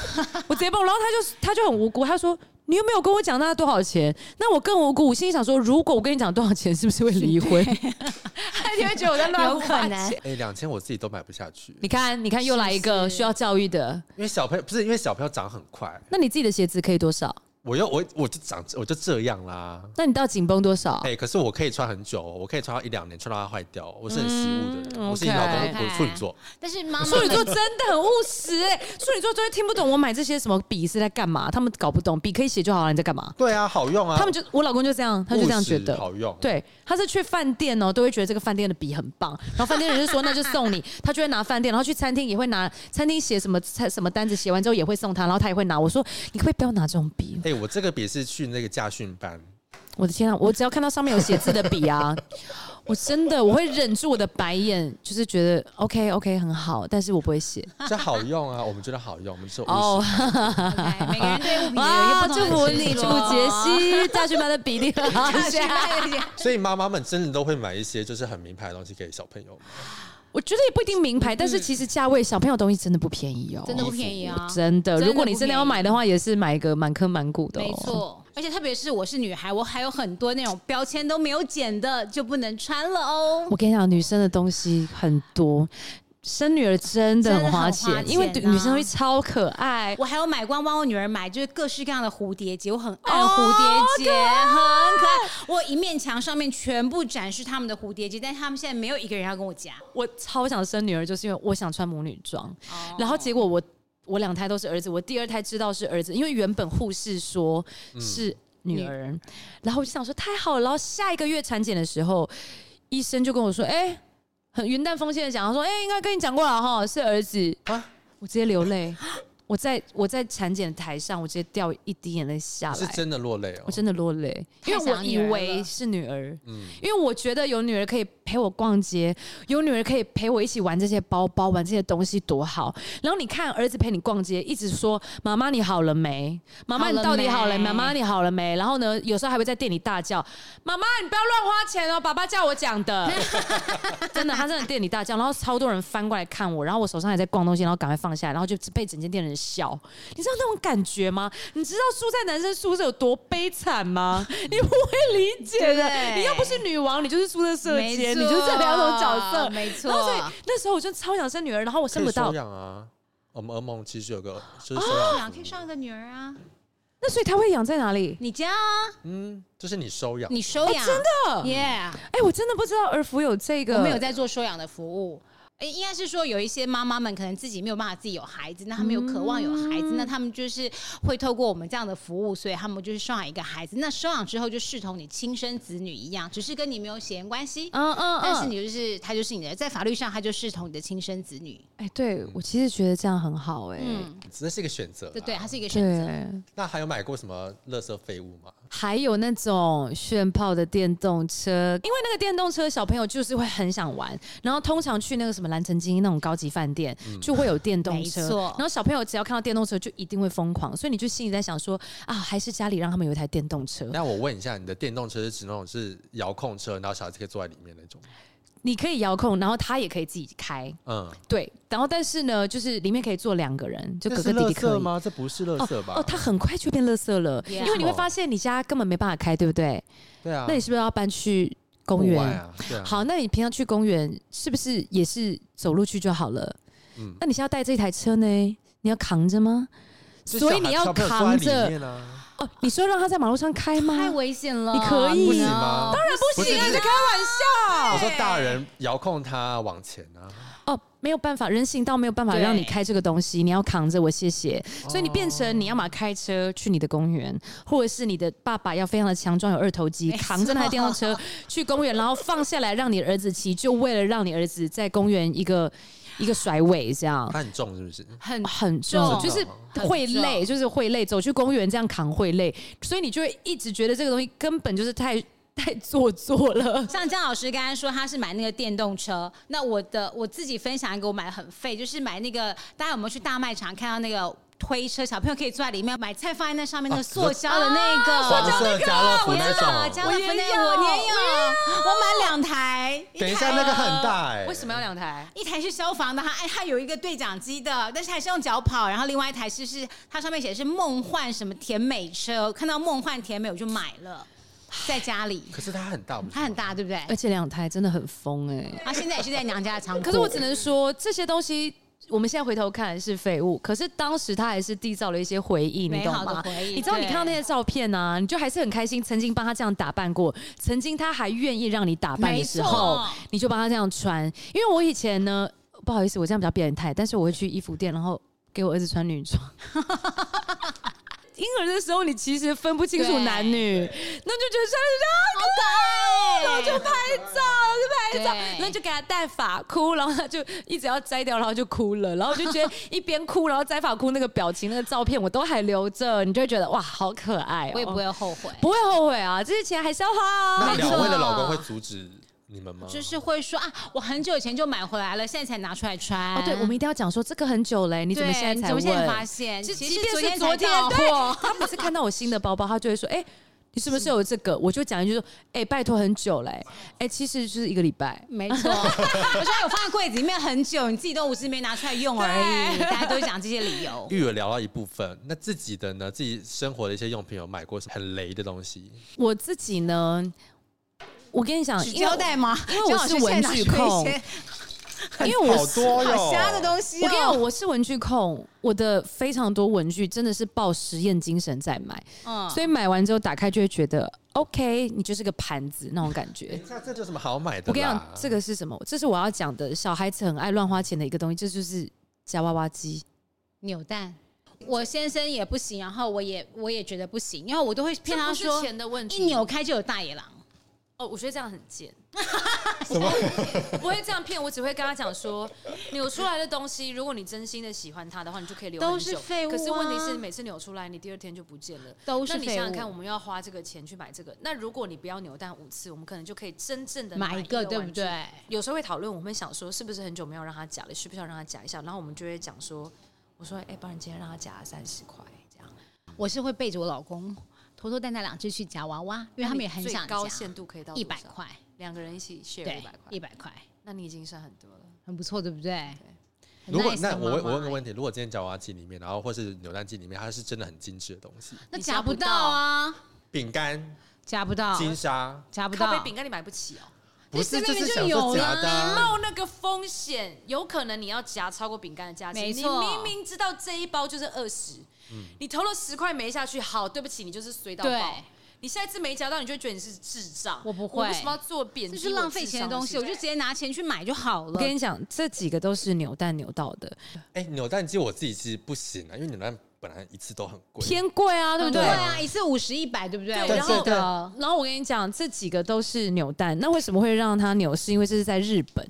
Speaker 2: 我直接爆。然后他就他就很无辜，他说。你又没有跟我讲那多少钱，那我更无辜。我心里想说，如果我跟你讲多少钱，是不是会离
Speaker 3: <laughs>
Speaker 2: 婚？他一定会觉得我在乱
Speaker 3: 有可
Speaker 2: 花
Speaker 3: 能
Speaker 2: 钱
Speaker 1: 哎，两千我自己都买不下去，
Speaker 2: 你看，你看，又来一
Speaker 3: 是
Speaker 2: 个
Speaker 3: 不是
Speaker 2: 需要教育的。
Speaker 1: 因为小朋友不是因为小朋友长很快，
Speaker 2: 那你自己的鞋子可以多少？
Speaker 1: 我又我我就长我就这样啦。
Speaker 2: 那你到紧绷多少？
Speaker 1: 哎、可是我可以穿很久哦，我可以穿到一两年，穿到它坏掉哦。我是很习物的人，
Speaker 2: 嗯
Speaker 1: 我是你老公，
Speaker 3: OK
Speaker 1: 我处女座，
Speaker 3: 但是
Speaker 1: <laughs>
Speaker 3: 妈妈
Speaker 2: 处女座真的很务实哎、处女座就会听不懂我买这些什么笔是在干嘛，他们搞不懂，笔可以写就好了，你在干嘛？
Speaker 1: 对啊，好用啊。
Speaker 2: 他们就我老公就这样，他就这样
Speaker 1: 务实
Speaker 2: 觉得。
Speaker 1: 好用，
Speaker 2: 对，他是去饭店哦，都会觉得这个饭店的笔很棒，然后饭店人就说那就送你，他就会拿饭店，然后去餐厅也会拿，餐厅写什么菜什么单子，写完之后也会送他，然后他也会拿。我说你可不可以不要拿这种笔？啊
Speaker 1: 哎、我这个笔是去那个驾训
Speaker 2: <laughs>
Speaker 1: 班，
Speaker 2: 我的天啊！我只要看到上面有写字的笔啊， <laughs> 我真的我会忍住我的白眼，就是觉得 OK OK 很好，但是我不会写。
Speaker 1: 这好用啊，我们觉得好用，我们是务实。
Speaker 2: 哦，
Speaker 3: OK，每个人对物品
Speaker 2: 哇！
Speaker 3: 有
Speaker 2: 祝
Speaker 3: 一个不同
Speaker 2: 福
Speaker 3: 的
Speaker 2: 你，
Speaker 3: 执
Speaker 2: 祝
Speaker 3: 着
Speaker 2: 福杰。西，大学班的比例很好
Speaker 3: <laughs> 是
Speaker 2: 下。
Speaker 3: 那个
Speaker 1: 所以妈妈们真的都会买一些就是很名牌的东西给小朋友们。
Speaker 2: <laughs> 我觉得也不一定名牌，但是其实价位小朋友东西真的不便宜哦，
Speaker 3: 真的不便宜啊，
Speaker 2: <laughs> 真的。
Speaker 3: 真的
Speaker 2: 如果你真的要买的话，也是买一个满坑满谷的、哦，
Speaker 3: 没。错。而且特别是我是女孩，我还有很多那种标签都没有剪的，就不能穿了哦。
Speaker 2: 我跟你讲，女生的东西很多，生女儿真的很花钱，
Speaker 3: 真的很花钱啊
Speaker 2: 因为女生东西超可爱。
Speaker 3: 我还有买光帮我女儿买，就是各式各样的蝴蝶结，我很
Speaker 2: 哦
Speaker 3: 爱蝴蝶结，很可爱。我一面墙上面全部展示他们的蝴蝶结，但是他们现在没有一个人要跟我夹。
Speaker 2: 我超想生女儿，就是因为我想穿母女装。
Speaker 3: 哦
Speaker 2: 然后结果我我两胎都是儿子，我第二胎知道是儿子，因为原本护士说
Speaker 1: 嗯
Speaker 2: 是女儿，然后我就想说太好了。然后下一个月产检的时候，医生就跟我说：“哎、很云淡风轻的讲，他说：‘哎、应该跟你讲过了哈，是儿子。
Speaker 1: 啊
Speaker 2: 我直接流泪，我在我在产检台上，我直接掉一滴眼泪下
Speaker 1: 是
Speaker 2: 来。
Speaker 1: 真的落泪哦
Speaker 2: 我。真的落泪，
Speaker 3: 太
Speaker 2: 因为我
Speaker 3: 想
Speaker 2: 以
Speaker 3: 女儿
Speaker 2: 为
Speaker 3: 了
Speaker 2: 是女儿，
Speaker 1: 嗯，
Speaker 2: 因为我觉得有女儿可以陪我逛街，有女儿可以陪我一起玩这些包包、玩这些东西，多好。然后你看儿子陪你逛街，一直说妈妈你好了没？妈妈
Speaker 3: 好
Speaker 2: 你
Speaker 3: 了
Speaker 2: 到底好了？
Speaker 3: 没嗯
Speaker 2: 妈妈你好了没？然后呢，有时候还会在店里大叫妈妈你不要乱花钱哦，爸爸叫我讲的。 <laughs> 真的，他真的店里大叫，然后超多人翻过来看我，然后我手上还在逛东西，然后赶快放下来，然后就被整间店的人笑。你知道那种感觉吗？你知道住在男生宿舍有多悲惨吗？你不会理解的。
Speaker 3: 对
Speaker 2: 你又不是女王，你就是宿舍社
Speaker 3: 没
Speaker 2: 监，
Speaker 3: 错，
Speaker 2: 你就是这两种角色。
Speaker 3: 没
Speaker 2: 然后所以
Speaker 3: 错。
Speaker 2: 那时候我就超想生女儿，然后我
Speaker 1: 可
Speaker 2: 生
Speaker 1: 以
Speaker 2: 不到哦
Speaker 1: 收，养啊。我们儿梦其实有个就是收养
Speaker 3: 可
Speaker 1: 服
Speaker 3: 以上一
Speaker 1: 务，
Speaker 3: 个女儿啊，
Speaker 2: 那所以她会养在哪里？
Speaker 3: 你家啊，
Speaker 1: 嗯，就是你收养，
Speaker 3: 你收养，哦真的耶。
Speaker 2: 哎、我真的不知道儿福有这个，
Speaker 3: 我们有在做收养的服务。诶应该是说有一些妈妈们可能自己没有办法自己有孩子，那他们有渴望有孩
Speaker 2: 嗯
Speaker 3: 子，那他们就是会透过我们这样的服务，所以他们就是收养一个孩子。那收养之后就视同你亲生子女一样，只是跟你没有血缘关系，
Speaker 2: 嗯，嗯嗯，
Speaker 3: 但是你就是他就是你的，在法律上他就视同你的亲生子女。
Speaker 2: 哎、对我其实觉得这样很好、哎、
Speaker 3: 嗯，
Speaker 1: 那是一个选择啦。
Speaker 3: 对对，它是一个选择。
Speaker 2: 对。啊
Speaker 1: 那还有买过什么垃圾废物吗？
Speaker 2: 还有那种炫炮的电动车，因为那个电动车小朋友就是会很想玩，然后通常去那个什么蓝城精英那种高级饭店、
Speaker 1: 嗯
Speaker 2: 就会有电动车
Speaker 3: 没错，
Speaker 2: 然后小朋友只要看到电动车就一定会疯狂，所以你就心里在想说啊，还是家里让他们有一台电动车，
Speaker 1: 那我问一下，你的电动车是指那种是遥控车，然后小孩子可以坐在里面那种？
Speaker 2: 你可以遥控，然后他也可以自己开，
Speaker 1: 嗯，
Speaker 2: 对，然后但是呢，就是里面可以坐两个人，就
Speaker 1: 这
Speaker 2: 哥
Speaker 1: 是
Speaker 2: 哥弟
Speaker 1: 垃
Speaker 2: 弟可
Speaker 1: 圾
Speaker 2: 以。
Speaker 1: 吗？这不是垃圾吧？
Speaker 2: 哦，它很快就变垃圾了
Speaker 3: Yeah
Speaker 2: 因为你会发现你家根本没办法开，对不对？
Speaker 1: 对啊，
Speaker 2: 那你是不是要搬去公园？
Speaker 1: 户外啊，对啊，
Speaker 2: 好，那你平常去公园是不是也是走路去就好了？
Speaker 1: 嗯
Speaker 2: 那你现在要带这台车呢？你要扛着吗？
Speaker 1: 就
Speaker 2: 所以
Speaker 1: 小孩
Speaker 2: 你要
Speaker 1: 小朋友坐在
Speaker 2: 扛
Speaker 1: 里
Speaker 2: 着
Speaker 1: 面啊，
Speaker 2: 哦。你说让他在马路上开吗？
Speaker 3: 太危险了，
Speaker 2: 你可以
Speaker 1: 不行吗？
Speaker 3: 当然
Speaker 1: 不行啊不是你在
Speaker 3: 开玩
Speaker 1: 我说大人遥控他往前啊，
Speaker 2: 哦，没有办法，人行道没有办法
Speaker 3: 对
Speaker 2: 让你开这个东西，你要扛着我，谢谢。所以你变成你要么开车去你的公园，或者是你的爸爸要非常的强壮，有二头肌，
Speaker 3: 没错
Speaker 2: 扛着那台电动 <laughs> 车去公园，然后放下来让你儿子骑，就为了让你儿子在公园一个一个甩尾这样。
Speaker 1: 他很重是不是？
Speaker 3: 很
Speaker 2: 很重，
Speaker 3: 重
Speaker 2: 就是
Speaker 3: 很
Speaker 2: 会
Speaker 3: 重
Speaker 2: 累，就是会累。走去公园这样扛会累，所以你就会一直觉得这个东西根本就是太太做作了。
Speaker 3: 像姜老师刚刚说他是买那个电动车，那我的我自己分享一个我买的很废，就是买那个大家有没有去大卖场看到那个推车，小朋友可以坐在里面买菜放在那上
Speaker 1: 啊
Speaker 3: 面，那个塑胶的那个，
Speaker 1: 黄色家乐福那
Speaker 3: 啊，
Speaker 1: 种。
Speaker 3: 家乐福那个我也有，我买两台。
Speaker 1: 等一下，那个很大哎、
Speaker 2: 为什么要两台？
Speaker 3: 一台是消防的，它哎它有一个对讲机的，但是还是用脚跑。然后另外一台是是它上面写的是梦幻什么甜美车，看到梦幻甜美我就买了，在家里
Speaker 1: 可是它很大，不是
Speaker 3: 它很大，对不对？
Speaker 2: 而且两台真的很疯哎、
Speaker 3: <laughs> 啊，现在也是在娘家的仓库。
Speaker 2: 可是我只能说，这些东西我们现在回头看是废物，可是当时它还是缔造了一些回忆，你
Speaker 3: 美
Speaker 2: 懂
Speaker 3: 好的
Speaker 2: 吗？
Speaker 3: 回忆
Speaker 2: 你知道你
Speaker 3: 对
Speaker 2: 看到那些照片啊，你就还是很开心，曾经帮他这样打扮过，曾经他还愿意让你打扮的时候
Speaker 3: 没错，
Speaker 2: 你就帮他这样穿。因为我以前呢，不好意思，我这样比较变态，但是我会去衣服店，然后给我儿子穿女装。 <laughs> 婴儿的时候，你其实分不清楚
Speaker 3: 对
Speaker 2: 男女，那就觉得穿的啊
Speaker 3: 好可爱，
Speaker 2: 然后就拍照，就拍照，
Speaker 3: 对
Speaker 2: 然后就给他戴发箍，然后他就一直要摘掉，然后就哭了，然后我就觉得一边哭，然后摘发箍那个表情、那个照片我都还留着，你就会觉得哇，好可爱、哦
Speaker 3: 我也不会后悔。
Speaker 2: 不会后悔啊，这些钱还是要花、
Speaker 1: 那
Speaker 2: 哦。
Speaker 1: 两
Speaker 3: 没
Speaker 1: 位
Speaker 3: 错
Speaker 1: 的老公会阻止你们吗？
Speaker 3: 就是会说啊，我很久以前就买回来了，现在才拿出来穿。
Speaker 2: 哦，对，我们一定要讲说这个很久嘞，你
Speaker 3: 你
Speaker 2: 怎么现在才
Speaker 3: 怎么
Speaker 2: 问？
Speaker 3: 现在发现？
Speaker 2: 就
Speaker 3: 其
Speaker 2: 即
Speaker 3: 实
Speaker 2: 便是
Speaker 3: 昨
Speaker 2: 昨天啊
Speaker 3: 天才 <laughs> 到，
Speaker 2: 对，他每次看到我新的包包，他就会说：“哎、你是不是有这个？”我就讲一句说：“哎、拜托，很久嘞、哎、其实就是一个礼拜。”
Speaker 3: 没错， <laughs> 我说有放在柜子里面很久，你自己都无知没拿出来用而已。大家都讲这些理由。
Speaker 1: 育儿聊到一部分，那自己的呢？自己生活的一些用品有买过很雷的东西？
Speaker 2: 我自己呢，我跟你讲，
Speaker 3: 纸
Speaker 2: 因为
Speaker 3: 胶带吗？
Speaker 2: 因为我是文具控因为我
Speaker 1: 好多哟，
Speaker 3: 好瞎的东西、哦
Speaker 2: 我跟你讲，我是文具控，我的非常多文具真的是抱实验精神在买，
Speaker 3: 嗯，
Speaker 2: 所以买完之后打开就会觉得 OK，你就是个盘子那种感觉
Speaker 3: 啊
Speaker 1: 等。一下，哎这有什么好买的啦？
Speaker 2: 我跟你讲，这个是什么？这是我要讲的，小孩子很爱乱花钱的一个东西，这就是夹娃娃机。
Speaker 3: 扭蛋，我先生也不行，然后我也我也觉得不行，因为我都会骗他说，
Speaker 2: 的问
Speaker 3: 一扭开就有大野狼。
Speaker 2: 哦，我觉得这样很
Speaker 3: <laughs>
Speaker 2: 贱。什么？ <laughs> 不会这样骗，我只会跟他讲说，扭出来的东西，如果你真心的喜欢它的话，你就可以留很久。
Speaker 3: 都是废物啊
Speaker 2: 可是问题是，每次扭出来，你第二天就不见了。
Speaker 3: 都是
Speaker 2: 那你想想
Speaker 3: 废物
Speaker 2: 看，我们要花这个钱去买这个，那如果你不要扭蛋五次，我们可能就可以真正的
Speaker 3: 买一
Speaker 2: 一
Speaker 3: 个，对不
Speaker 2: 玩具
Speaker 3: 对？？
Speaker 2: 有时候会讨论，我们会想说，是不是很久没有让他夹了，需不需要让他夹一下？然后我们就会讲说，我说，哎、不然今天让他夹三十块这样，
Speaker 3: 我是会背着我老公偷偷带那两只去夹娃娃，因为他们也很想
Speaker 2: 最高
Speaker 3: 夹，
Speaker 2: 限度可以到
Speaker 3: 一百
Speaker 2: 多少，
Speaker 3: 块，
Speaker 2: 两个人一起 share
Speaker 3: 对
Speaker 2: 一百，块
Speaker 3: 一，百块，
Speaker 2: 那你已经算很多了。
Speaker 3: 很不错，对不对？很
Speaker 1: 如果
Speaker 3: nice
Speaker 1: 那
Speaker 3: 的
Speaker 1: 我问我问个
Speaker 3: 妈妈
Speaker 1: 问题，如果今天夹娃娃机里面，然后或是扭蛋机里面，它是真的很精致的东西，
Speaker 3: 那
Speaker 2: 你
Speaker 3: 夹
Speaker 2: 夹
Speaker 3: 不
Speaker 2: 不
Speaker 3: 到
Speaker 2: 到
Speaker 3: 啊，
Speaker 1: 饼干、
Speaker 3: 夹不到，
Speaker 1: 金沙，
Speaker 3: 夹不
Speaker 2: 咖
Speaker 3: 到嗯
Speaker 2: 啡饼。干你买不起哦，
Speaker 1: 不是
Speaker 3: 哎这
Speaker 1: 就
Speaker 3: 明明
Speaker 1: 是
Speaker 3: 就
Speaker 1: 想
Speaker 3: 有
Speaker 1: 说夹的
Speaker 3: 啦
Speaker 2: 你
Speaker 1: 啊、
Speaker 2: 冒那个风险，有可能你要夹超过饼干的价钱。
Speaker 3: 没
Speaker 2: 你
Speaker 3: 错嗯
Speaker 2: 明明知道这一包就是二十、你投了十块没下去，好，对不起，你就是衰到
Speaker 3: 对
Speaker 2: 爆。你下一次没夹到，你就会觉得你是智障。
Speaker 3: 我不
Speaker 2: 我
Speaker 3: 会
Speaker 2: 为什么要做贬
Speaker 3: 这
Speaker 2: 低
Speaker 3: 是浪费钱的东西，我就直接拿钱去买就好了。
Speaker 2: 我跟你讲，这几个都是扭蛋扭到的，
Speaker 1: 哎、扭蛋机我自己其实不行啊，因为扭蛋本来一次都很贵，
Speaker 2: 偏贵啊，对不对？
Speaker 3: 对啊，一次五十一百，对不对？
Speaker 2: 对
Speaker 3: 我
Speaker 2: 然后
Speaker 3: 记得
Speaker 2: 然后我跟你讲，这几个都是扭蛋。那为什么会让它扭？是因为这是在日本，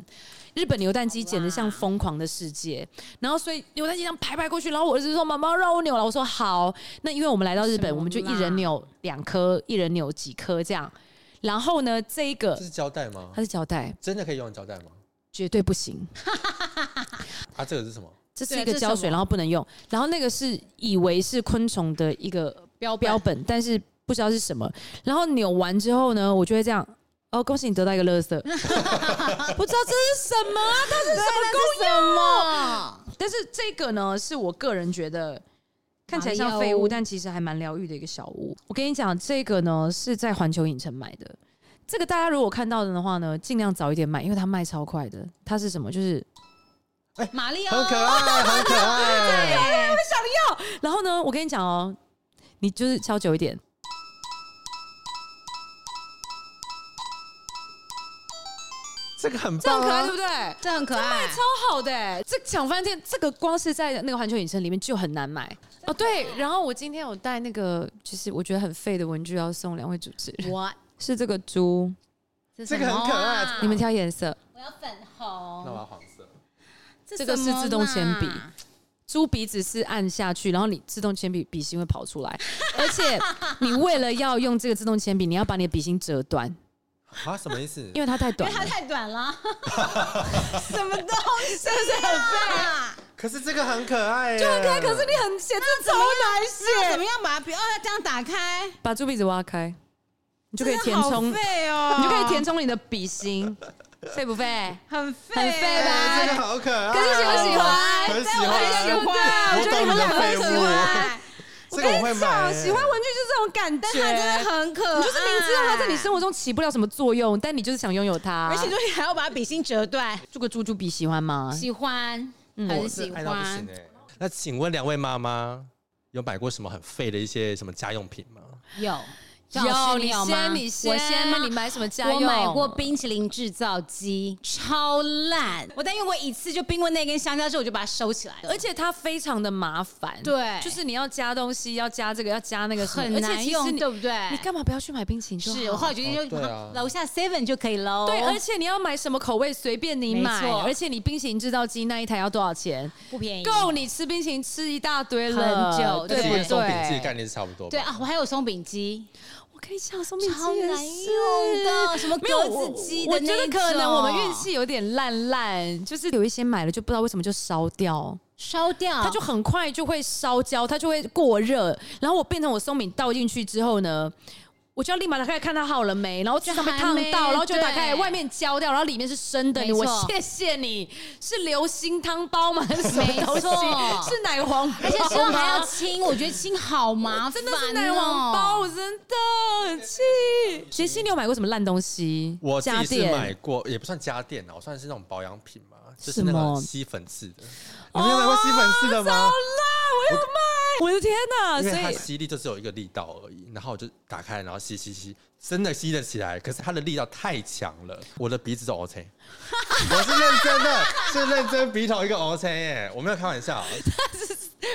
Speaker 2: 日本扭蛋机简直像疯狂的世界。然后所以扭蛋机这样排排过去，然后我儿子说：“妈妈让我扭了。”我说：“好。”那因为我们来到日
Speaker 3: 什么
Speaker 2: 本，
Speaker 3: 啦
Speaker 2: 我们就一人扭两颗，一人扭几颗这样。然后呢，这一个
Speaker 1: 这是胶带吗
Speaker 2: 它？是胶带，
Speaker 1: 真的可以用胶带吗？
Speaker 2: 绝对不行。
Speaker 1: 啊，这个是什么？
Speaker 2: 这是
Speaker 3: 对
Speaker 2: 一个
Speaker 3: 这是
Speaker 2: 胶
Speaker 3: 什么
Speaker 2: 水，然后不能用。然后那个是以为是昆虫的一个
Speaker 3: 标
Speaker 2: 标本，但是不知道是什么。然后扭完之后呢，我就会这样。哦，恭喜你得到一个乐色，不知道这是什么啊，它是什么功用？啊
Speaker 3: 么？
Speaker 2: 但是这个呢，是我个人觉得看起来像废
Speaker 3: 马里
Speaker 2: 物，
Speaker 3: 奥
Speaker 2: 但其实还蛮疗愈的一个小物。我跟你讲，这个呢是在环球影城买的。这个大家如果看到的话呢，尽量早一点买，因为它卖超快的。它是什么？就是
Speaker 3: 马里奥
Speaker 1: 很可爱，很可爱。
Speaker 2: 然后呢，我跟你讲哦，你就是敲久一点。
Speaker 1: 这个很
Speaker 2: 这样
Speaker 1: 棒
Speaker 2: 可爱对
Speaker 1: 啊
Speaker 2: 不！对？
Speaker 3: 这很可爱，
Speaker 2: 哎超好的、欸，这抢饭店这个光是在那个环球影城里面就很难买哦。对，然后我今天有带那个，就是我觉得很废的文具要送两位主持人，
Speaker 3: 我
Speaker 2: 是这个猪，
Speaker 3: 这
Speaker 1: 这个很可爱
Speaker 3: 什么啊
Speaker 2: 你们挑颜色，
Speaker 3: 我要粉
Speaker 1: 那我
Speaker 3: 红，
Speaker 1: 要黄色。
Speaker 3: 这
Speaker 2: 这个是
Speaker 3: 什么
Speaker 2: 自动铅笔
Speaker 3: 嘛
Speaker 2: 猪鼻子是按下去，然后你自动铅笔笔芯会跑出 <laughs> 来，而且你为了要用这个自动铅笔，你要把你的笔芯折短，
Speaker 1: 啊，什么意思？
Speaker 2: 因为它太
Speaker 3: 因
Speaker 2: 短 <laughs>
Speaker 3: 为它
Speaker 2: 了。
Speaker 3: 太短了，什么东西、啊？是不是很
Speaker 1: 可是这个很可爱耶，就
Speaker 2: 很可哎爱，可是你很写字超难
Speaker 3: 那怎
Speaker 2: 写，
Speaker 3: 么样把笔哦这样打开，
Speaker 2: 把猪鼻子挖开，你就可以填充，
Speaker 3: 真的好废哦，
Speaker 2: 你就可以填充你的笔芯，废不废？
Speaker 3: 很废，啊
Speaker 2: 很废吧
Speaker 1: 哎，这个好可爱，
Speaker 2: 可是喜不喜欢
Speaker 1: 很喜
Speaker 3: 我很喜
Speaker 1: 欢，
Speaker 3: 欢，
Speaker 1: 我
Speaker 3: 觉得
Speaker 1: 懂
Speaker 3: 你们
Speaker 1: 你的
Speaker 3: 两个
Speaker 1: 废
Speaker 3: 很
Speaker 1: 物
Speaker 3: 可爱，
Speaker 1: 这个我会买耶，
Speaker 2: 喜欢文具就是这种感觉，
Speaker 3: 但它真的很可爱，
Speaker 2: 你就是明知道它在你生活中起不了什么作用，但你就是想拥有它。
Speaker 3: 而且就是还要把笔芯折断，
Speaker 2: 这个猪猪笔喜欢吗？
Speaker 3: 喜欢，
Speaker 1: 我
Speaker 2: 嗯
Speaker 3: 很
Speaker 1: 是
Speaker 3: 喜
Speaker 1: 爱到不
Speaker 3: 欢
Speaker 1: 行。哎。那请问两位妈妈有买过什么很废的一些什么家用品吗？
Speaker 3: 有，赵老师
Speaker 2: 你
Speaker 3: 有吗
Speaker 2: 先，你先，
Speaker 3: 我先吗
Speaker 2: 你买什么家
Speaker 3: 我
Speaker 2: 用？
Speaker 3: 买过冰淇淋制造机，超烂。我但用过一次，就冰过那根香蕉之后，我就把它收起来
Speaker 2: <laughs>
Speaker 3: 了。
Speaker 2: 而且它非常的麻烦，
Speaker 3: 对
Speaker 2: 就是你要加东西，要加这个，要加那个什么，
Speaker 3: 很
Speaker 2: 而且
Speaker 3: 难
Speaker 2: 其实
Speaker 3: 用，
Speaker 2: 你
Speaker 3: 对不对？
Speaker 2: 你干嘛不要去买冰淇淋就好？
Speaker 3: 是我后来决定就
Speaker 1: 哦对啊
Speaker 3: 楼下 Seven 就可以喽。
Speaker 2: 对，而且你要买什么口味随便你买
Speaker 3: 没，错
Speaker 2: 而且你冰淇淋制造机那一台要多少钱？
Speaker 3: 不便宜，
Speaker 2: 够你吃冰淇淋吃一大堆了，
Speaker 3: 很久
Speaker 2: 哎对
Speaker 1: 这
Speaker 2: 不
Speaker 1: 跟
Speaker 2: 对？
Speaker 1: 松饼机的概念是差不多吧。
Speaker 3: 对啊，我还有松饼机，
Speaker 2: 我跟你讲，松饼机
Speaker 3: 超
Speaker 2: 也
Speaker 3: 难
Speaker 2: 是
Speaker 3: 用的什么
Speaker 2: 没有
Speaker 3: 格子机的
Speaker 2: 我我觉
Speaker 3: 那
Speaker 2: 得
Speaker 3: 一
Speaker 2: 可能
Speaker 3: 种
Speaker 2: 我们运气有点烂烂，就是有一些买了就不知道为什么就烧掉。
Speaker 3: 烧掉
Speaker 2: 它就很快就会烧焦，它就会过热。然后我变成我松饼倒进去之后呢，我就要立马打开来看它好了没，然后就上面烫
Speaker 3: 就还没
Speaker 2: 到，然后就打开来
Speaker 3: 对
Speaker 2: 外面焦掉，然后里面是生的。
Speaker 3: 没
Speaker 2: 你我
Speaker 3: 错
Speaker 2: 谢谢你，是流心汤包吗？还是什么东西
Speaker 3: 没错？
Speaker 2: 是奶黄包吗，
Speaker 3: 而且之后还要清，我觉得清好麻烦、哦，
Speaker 2: 真的是奶黄包，我真的很气。杰西，你有买过什么烂东西？
Speaker 1: 我自
Speaker 2: 家
Speaker 1: 己是
Speaker 2: 电
Speaker 1: 买过，也不算家电啊，我算是那种保养品嘛，就是
Speaker 2: 什
Speaker 1: 那
Speaker 2: 么
Speaker 1: 个吸粉刺的。你们有买过吸粉刺的吗？
Speaker 2: 哦啦，我要买！我的天哪！
Speaker 1: 因
Speaker 2: 啊所
Speaker 1: 为它
Speaker 2: 以
Speaker 1: 吸力就只有一个力道而已，然后我就打开，然后吸吸吸，真的吸得起来，可是它的力道太强了，我的鼻子都
Speaker 2: <laughs>
Speaker 1: OK。我是认真的，是认真鼻头一个 OK 耶，我没有开玩笑。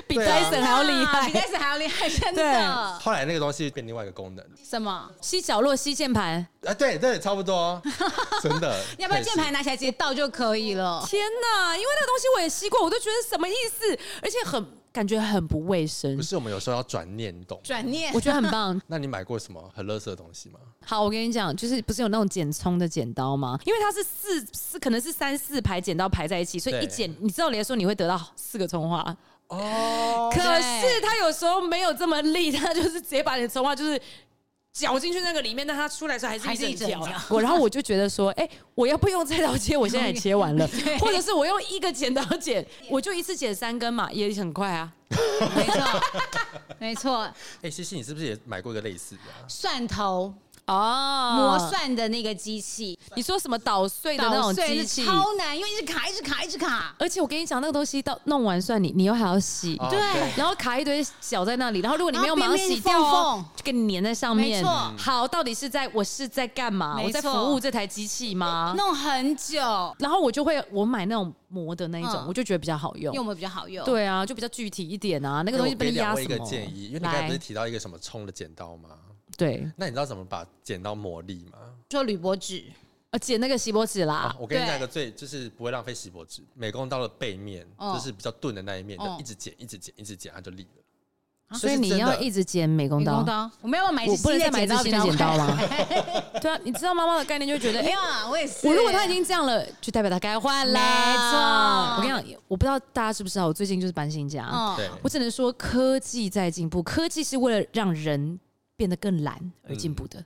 Speaker 2: 比
Speaker 1: 对啊
Speaker 2: 戴森还要厉
Speaker 3: <laughs> 比戴
Speaker 2: 害。
Speaker 3: 森还要厉害，真的
Speaker 2: 对。
Speaker 1: 后来那个东西变另外一个功能，
Speaker 3: 什么？
Speaker 2: 吸角落、吸键盘，
Speaker 1: 啊，对对，差不多，真
Speaker 2: <laughs>
Speaker 1: 的。
Speaker 3: 要不
Speaker 1: 可
Speaker 3: 要
Speaker 1: 以
Speaker 3: 键
Speaker 1: 试
Speaker 3: 盘拿起来直接倒就可以了？
Speaker 2: 天哪！因为那个东西我也吸过，我都觉得什么意思，而且很感觉很不卫生
Speaker 1: 不。是我们有时候要转念，你懂？
Speaker 3: 转念
Speaker 2: 我，觉得很棒。
Speaker 1: 那你买过什么很垃圾的东西吗？
Speaker 2: 好，我跟你讲，就是不是有那种剪葱的剪刀吗？因为它是四四，可能是三四排剪刀排在一起，所以
Speaker 1: 对
Speaker 2: 一剪，你知道，连说你会得到四个葱花。
Speaker 1: 哦，
Speaker 2: 可是它有时候没有这么利，它就是直接把你的葱花就是搅进去那个里面，但它出来的时候还
Speaker 3: 还
Speaker 2: 是
Speaker 3: 是
Speaker 2: 一
Speaker 3: 一
Speaker 2: 整
Speaker 3: 整
Speaker 2: 条
Speaker 3: 条。
Speaker 2: 我然后我就觉得说，哎、我要不用这刀切，我现在也切
Speaker 3: <laughs>
Speaker 2: 完了，或者是我用一个剪刀剪，我就一次剪三根嘛，也很快啊。
Speaker 3: 没错，没错，
Speaker 1: 哎、西西，你是不是也买过一个类似的、啊？
Speaker 3: 蒜头
Speaker 2: 哦
Speaker 3: 磨，蒜的那个机器，
Speaker 2: 你说什么捣碎的那
Speaker 3: 捣
Speaker 2: 种
Speaker 3: 碎
Speaker 2: 机
Speaker 3: 是
Speaker 2: 器？
Speaker 3: 超难，因为一直卡，一直卡，一直卡。
Speaker 2: 而且我跟你讲，那个东西到弄完蒜泥，你又还要洗，
Speaker 1: 哦
Speaker 3: 对
Speaker 2: 然后卡一堆脚在那里，然后如果你没有马
Speaker 3: 然后
Speaker 2: 上
Speaker 3: 边
Speaker 2: 洗
Speaker 3: 边
Speaker 2: 掉
Speaker 3: 缝
Speaker 2: 哦
Speaker 3: 缝，
Speaker 2: 就给你粘在上面。
Speaker 3: 没错
Speaker 2: 好，到底是在我是在干嘛？
Speaker 3: 没
Speaker 2: 我在
Speaker 3: 错
Speaker 2: 服务这台机器吗？
Speaker 3: 弄很久，
Speaker 2: 然后我就会我买那种磨的那一种，
Speaker 3: 嗯
Speaker 2: 我就觉得比较好用
Speaker 3: 用。我们比较好用。，
Speaker 2: 对啊，就比较具体一点啊，那
Speaker 1: 因
Speaker 2: 个东
Speaker 1: 为
Speaker 2: 西
Speaker 1: 我
Speaker 2: 不
Speaker 1: 给
Speaker 2: 能压
Speaker 1: 两
Speaker 2: 什
Speaker 1: 位一个
Speaker 2: 么。
Speaker 1: 建议，因为你刚才
Speaker 2: 来
Speaker 1: 不是提到一个什么冲的剪刀吗？
Speaker 2: 对，
Speaker 1: 那你知道怎么把剪刀磨利吗？
Speaker 3: 说铝箔纸，
Speaker 2: 呃，剪那个锡箔纸啦
Speaker 1: 啊，，我跟你
Speaker 3: 对
Speaker 1: 讲一个最就是不会浪费锡箔纸，美工刀的背面、
Speaker 3: 哦
Speaker 1: 就是比较钝的那一面，就
Speaker 3: 哦
Speaker 1: 一直剪，一直剪，一直剪，它就利了。
Speaker 2: 啊所以你要一直剪美工
Speaker 3: 美
Speaker 2: 刀
Speaker 3: 工。刀，我们要不要买一支
Speaker 2: 我不能
Speaker 3: 新
Speaker 2: 再
Speaker 3: 的
Speaker 2: 买一
Speaker 3: 剪
Speaker 2: 支
Speaker 3: 刀比
Speaker 2: 新的剪
Speaker 3: 较
Speaker 2: 刀
Speaker 3: 快？
Speaker 2: 吗？ <laughs> 对啊，你知道妈妈的概念就会觉得，哎
Speaker 3: <laughs> 没，有啊，我也是。
Speaker 2: 我如果他已经这样了，就代表他该换了。
Speaker 3: 没
Speaker 2: 我
Speaker 3: 错
Speaker 2: 跟你讲，我不知道大家知不知道，我最近就是搬新家，
Speaker 3: 嗯
Speaker 1: 对，
Speaker 2: 我只能说科技在进步，科技是为了让人。变得更懒而进步的，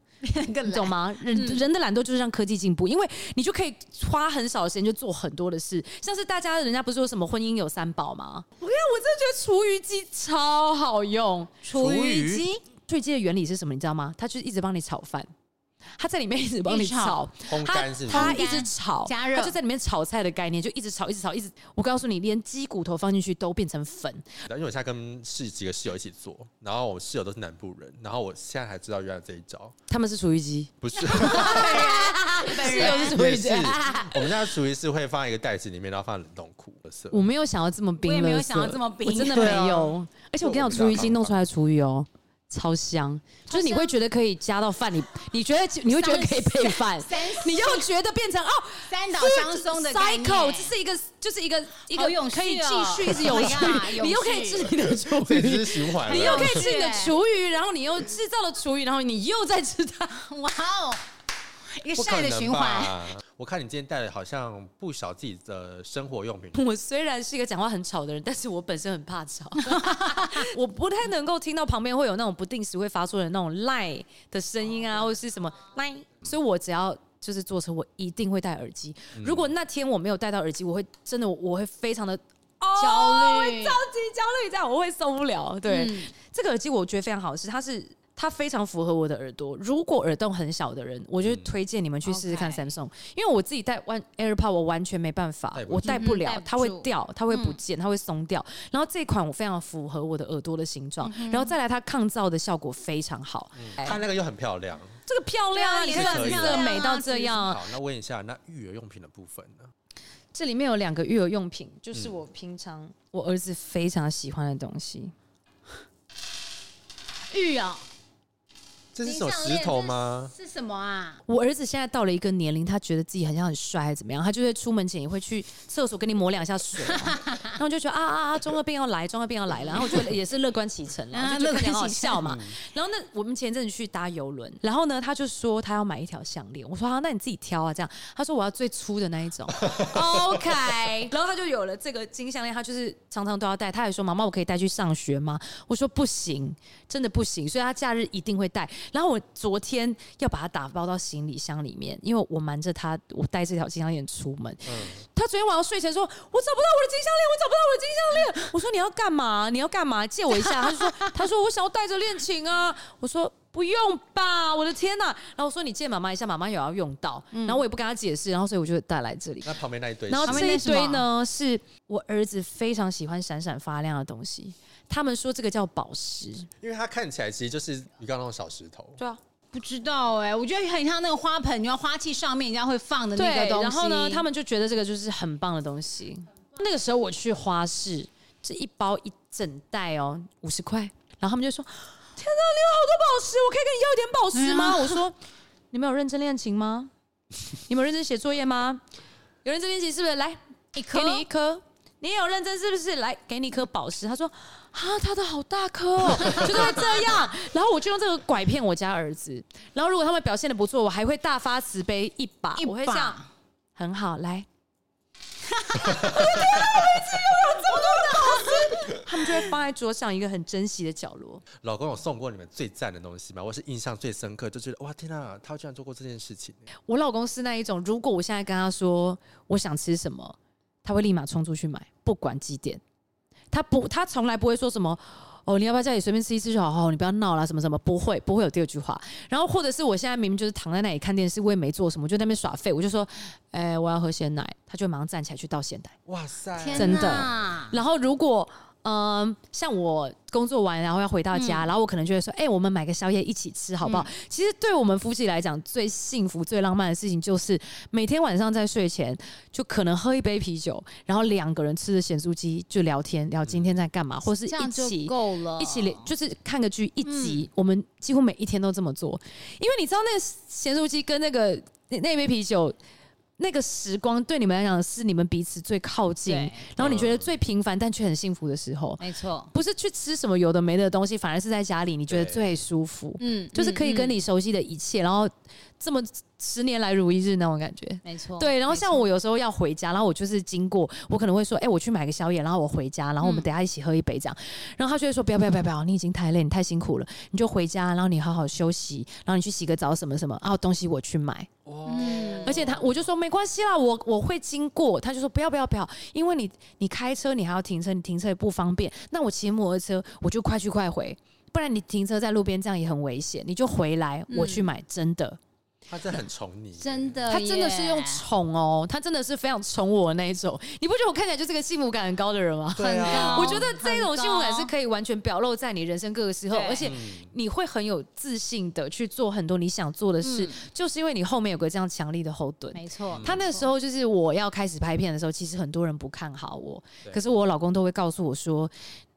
Speaker 3: 更
Speaker 2: 你懂
Speaker 3: 懒，
Speaker 2: 吗？人、人的懒惰就是让科技进步，因为你就可以花很少的时间就做很多的事，像是大家人家不是说什么婚姻有三宝吗？我跟你讲，我真的觉得厨余机超好用，
Speaker 3: 厨余
Speaker 1: 余
Speaker 3: 机
Speaker 2: 最机的原理是什么？你知道吗？它就是一直帮你炒饭，它在里面一直帮你
Speaker 3: 一直炒
Speaker 2: 炒，
Speaker 1: 烘
Speaker 2: 它
Speaker 1: 干是不是？
Speaker 2: 它
Speaker 3: 烘干
Speaker 2: 一直炒
Speaker 3: 加热
Speaker 2: 它就在里面炒菜的概念，就一直炒，一直炒，一直。我告诉你，连鸡骨头放进去都变成粉，
Speaker 1: 因为我现在跟室几个室友一起做，然后我室友都是南部人，然后我现在才知道原来这一招
Speaker 2: 他们是厨余机，
Speaker 1: 不
Speaker 2: <laughs>
Speaker 1: 是，
Speaker 2: 是又是厨
Speaker 1: 也
Speaker 2: 余
Speaker 1: 是
Speaker 2: 机。 <laughs>
Speaker 1: 我们家的厨余是会放一个袋子里面，然后放冷冻库的色。
Speaker 2: 我没有想要这么冰，
Speaker 3: 我也没有
Speaker 2: 垃圾
Speaker 3: 想要这么冰啊
Speaker 2: 我真的没有。而且我跟你讲，厨余机弄出来的厨余哦。超香，就是你会觉得可以加到饭里，你觉得你会觉得可以配饭，
Speaker 3: 三十
Speaker 2: 你又觉得变成哦，
Speaker 3: <laughs> 三岛香松的概
Speaker 2: c
Speaker 3: 念
Speaker 2: y c l e 这是一个就是一个一个
Speaker 3: 好永续
Speaker 2: 可以继
Speaker 3: 哦
Speaker 2: 续一直有
Speaker 3: Oh
Speaker 2: 趣
Speaker 3: my god，，
Speaker 2: 你又
Speaker 3: 永续
Speaker 2: 可以吃你的厨
Speaker 1: 这也
Speaker 2: 余
Speaker 1: 是，循环了，
Speaker 2: 你又可以吃你的
Speaker 3: 对
Speaker 2: 厨余，然后你又制造了厨余，然后你又在吃它。
Speaker 3: 哇哦！一个
Speaker 1: 不
Speaker 3: 晒
Speaker 1: 可
Speaker 3: 的
Speaker 1: 能
Speaker 3: 循环。
Speaker 1: 吧？我看你今天带了好像不少自己的生活用品，
Speaker 2: <laughs> 我虽然是一个讲话很吵的人，但是我本身很怕吵， <laughs> 我不太能够听到旁边会有那种不定时会发出的那种赖的声音啊，或者是什么赖，所以我只要。就是坐车，我一定会戴耳机。如果那天我没有戴到耳机，我会真的，我会非常的
Speaker 3: 焦虑
Speaker 2: 哦我会超级焦虑，这样我会受不了。对，
Speaker 3: 嗯
Speaker 2: 这个耳机我觉得非常好，是它是它非常符合我的耳朵。如果耳洞很小的人，我
Speaker 1: 嗯
Speaker 2: 就推荐你们去试试看
Speaker 3: OK
Speaker 2: Samsung，、因为我自己戴 One AirPod 我完全没办法
Speaker 1: 戴，不住
Speaker 2: 我戴不
Speaker 3: 嗯
Speaker 2: 了，
Speaker 3: 戴不住嗯
Speaker 2: 它会掉，它会不见，它会松掉。然后这款我非常符合我的耳朵的形
Speaker 3: 嗯
Speaker 2: 状，然后再来它抗噪的效果非常好，
Speaker 1: 嗯
Speaker 2: 哎
Speaker 1: 它那个又很漂亮。
Speaker 2: 这个漂亮啊！
Speaker 3: 对
Speaker 2: 你
Speaker 3: 啊
Speaker 2: 看
Speaker 1: 也是
Speaker 2: 紫
Speaker 1: 可以
Speaker 2: 色
Speaker 1: 啊
Speaker 2: 美到这样，
Speaker 1: 好，那问一下，那育儿用品的部分呢？
Speaker 2: 这里面有两个育儿用品，
Speaker 1: 嗯
Speaker 2: 就是我平常我儿子非常喜欢的东西。
Speaker 3: 玉哦，
Speaker 1: 这是什么石头吗？
Speaker 3: 是什么啊？
Speaker 2: 我儿子现在到了一个年龄，他觉得自己很像很帅，还是怎么样？他就会出门前也会去厕所跟你抹两下水啊，然后我就觉得啊啊啊，中二病要来，中二病要来了。然后我觉得也是乐观其成
Speaker 3: 啊
Speaker 2: 了，就觉得
Speaker 3: 乐观
Speaker 2: 很好
Speaker 3: 其成
Speaker 2: 笑嘛。然后那我们前阵子去搭游轮，然后呢，他就说他要买一条项链，我说好、那你自己挑啊。这样，他说我要最粗的那一种哦，OK。然后他就有了这个金项链，他就是常常都要戴。他还说妈妈，我可以带去上学吗？我说不行，真的不行，所以他假日一定会带。然后我昨天要把它打包到行李箱里面，因为我瞒着他，我带这条金项链出门。他昨天晚上睡前说：“我找不到我的金项链，我找不到我的金项链。”我说：“你要干嘛？你要干嘛？借我一下。”他就说：“他说我想要带着练琴啊。” <laughs> 我说。不用吧，我的天呐！然后我说你借妈妈一下，妈妈也要用到，然后我也不跟他解释，然后所以我就带来这里。
Speaker 1: 那旁边那一堆是，
Speaker 2: 然后
Speaker 3: 旁边
Speaker 2: 这一
Speaker 3: 那是什
Speaker 2: 堆
Speaker 3: 么
Speaker 2: 呢，是我儿子非常喜欢闪闪发亮的东西，他们说这个叫宝石。
Speaker 1: 因为它看起来其实就是鱼缸那种小石头，
Speaker 2: 对啊，
Speaker 3: 不知道哎、我觉得很像那个花盆，你要花器上面人家会放的
Speaker 2: 对
Speaker 3: 那个东西。
Speaker 2: 然后呢，他们就觉得这个就是很棒的东西。那个时候我去花市，这一包一整袋哦，五十块，然后他们就说：“天哪，你有好多宝石，我可以跟你要一点宝石吗？”
Speaker 3: 哎呀
Speaker 2: 我说：“你们有认真练琴吗？你们有认真写作业吗？有认真练琴是不是？来，
Speaker 3: 一颗
Speaker 2: 给你一颗。”你有认真是不是？来，给你一颗宝石。他说啊，他的好大颗、哦，
Speaker 3: <laughs>
Speaker 2: 就是会这样。然后我就用这个拐骗我家儿子。然后如果他们表现的不错，我还会大发慈悲一把，
Speaker 3: 一
Speaker 2: 我会这样
Speaker 3: 把。
Speaker 2: 很好，来。我的天啊！我一直有这么多的宝石，他们就会放在桌上一个很珍惜的角落。
Speaker 1: 老公有送过你们最赞的东西吗？我是印象最深刻，就觉得哇天啊，他居然做过这件事情，
Speaker 2: 我老公是那一种，如果我现在跟他说我想吃什么，他会立马冲出去买，不管几点。他不，他从来不会说什么。哦，你要不要家里随便吃一吃就好？哦，你不要闹啦，什么什么，不会，不会有第二句话。然后或者是我现在明明就是躺在那里看电视，我也没做什么，就在那边耍废，我就说，哎、我要喝鲜奶，他就马上站起来去倒鲜奶。
Speaker 1: 哇塞，
Speaker 3: 天
Speaker 2: 真的
Speaker 3: 哪
Speaker 2: 然后如果嗯、像我工作完然后要回到家，
Speaker 3: 嗯
Speaker 2: 然后我可能就会说，哎、我们买个宵夜一起吃好不好？其实对我们夫妻来讲，最幸福、最浪漫的事情就是每天晚上在睡前就可能喝一杯啤酒，然后两个人吃着咸酥鸡就聊天，聊今天在干嘛，或是
Speaker 3: 嗯这
Speaker 2: 一
Speaker 3: 样就
Speaker 2: 起。
Speaker 3: 够了，嗯
Speaker 2: 一起连就是看个剧一集，我们几乎每一天都这么做，因为你知道那个咸酥鸡跟那个那那杯啤酒，那个时光对你们来讲是你们彼此最靠近，
Speaker 3: 对，
Speaker 2: 然后你觉得最平凡但却很幸福的时候，
Speaker 3: 没错，
Speaker 2: 不是去吃什么有的没的东西，反而是在家里你觉得
Speaker 1: 对
Speaker 2: 最舒服，
Speaker 3: 嗯，
Speaker 2: 就是可以跟
Speaker 3: 嗯
Speaker 2: 你熟悉的一切，然后这么十年来如一日那种感觉。
Speaker 3: 嗯没错，
Speaker 2: 对，然后
Speaker 3: 没
Speaker 2: 像
Speaker 3: 错
Speaker 2: 我有时候要回家，然后我就是经过，我可能会说，哎、我去买个宵夜，然后我回家，然后我们等一下一起喝一杯这样。然后他就会说，不要不要不要不要，你已经太累，你太辛苦了，你就回家，然后你好好休息，然后你去洗个澡什么什么，啊，东西我去买。
Speaker 1: 哇，
Speaker 3: 嗯
Speaker 2: 而且他我就说没关系啦，我我会经过，他就说不要不要不要，因为你你开车你还要停车，你停车也不方便，那我骑摩托车我就快去快回。不然你停车在路边这样也很危险，你就回来，我去买。真的，
Speaker 1: 他真的很宠你，
Speaker 3: 真的耶，
Speaker 2: 他真的是用宠哦，他真的是非常宠我的那一种。你不觉得我看起来就是个幸福感很高的人吗？
Speaker 3: <laughs>
Speaker 1: 对啊，
Speaker 3: 很高
Speaker 2: 我觉得这种幸福感
Speaker 3: 很高
Speaker 2: 是可以完全表露在你人生各个时候，
Speaker 3: 对
Speaker 2: 而且
Speaker 1: 嗯
Speaker 2: 你会很有自信的去做很多你想做的事，
Speaker 3: 嗯
Speaker 2: 就是因为你后面有个这样强力的后盾。
Speaker 3: 没错，
Speaker 2: 他那个时候就是我要开始拍片的时候，其实很多人不看好我，
Speaker 1: 对
Speaker 2: 可是我老公都会告诉我说：“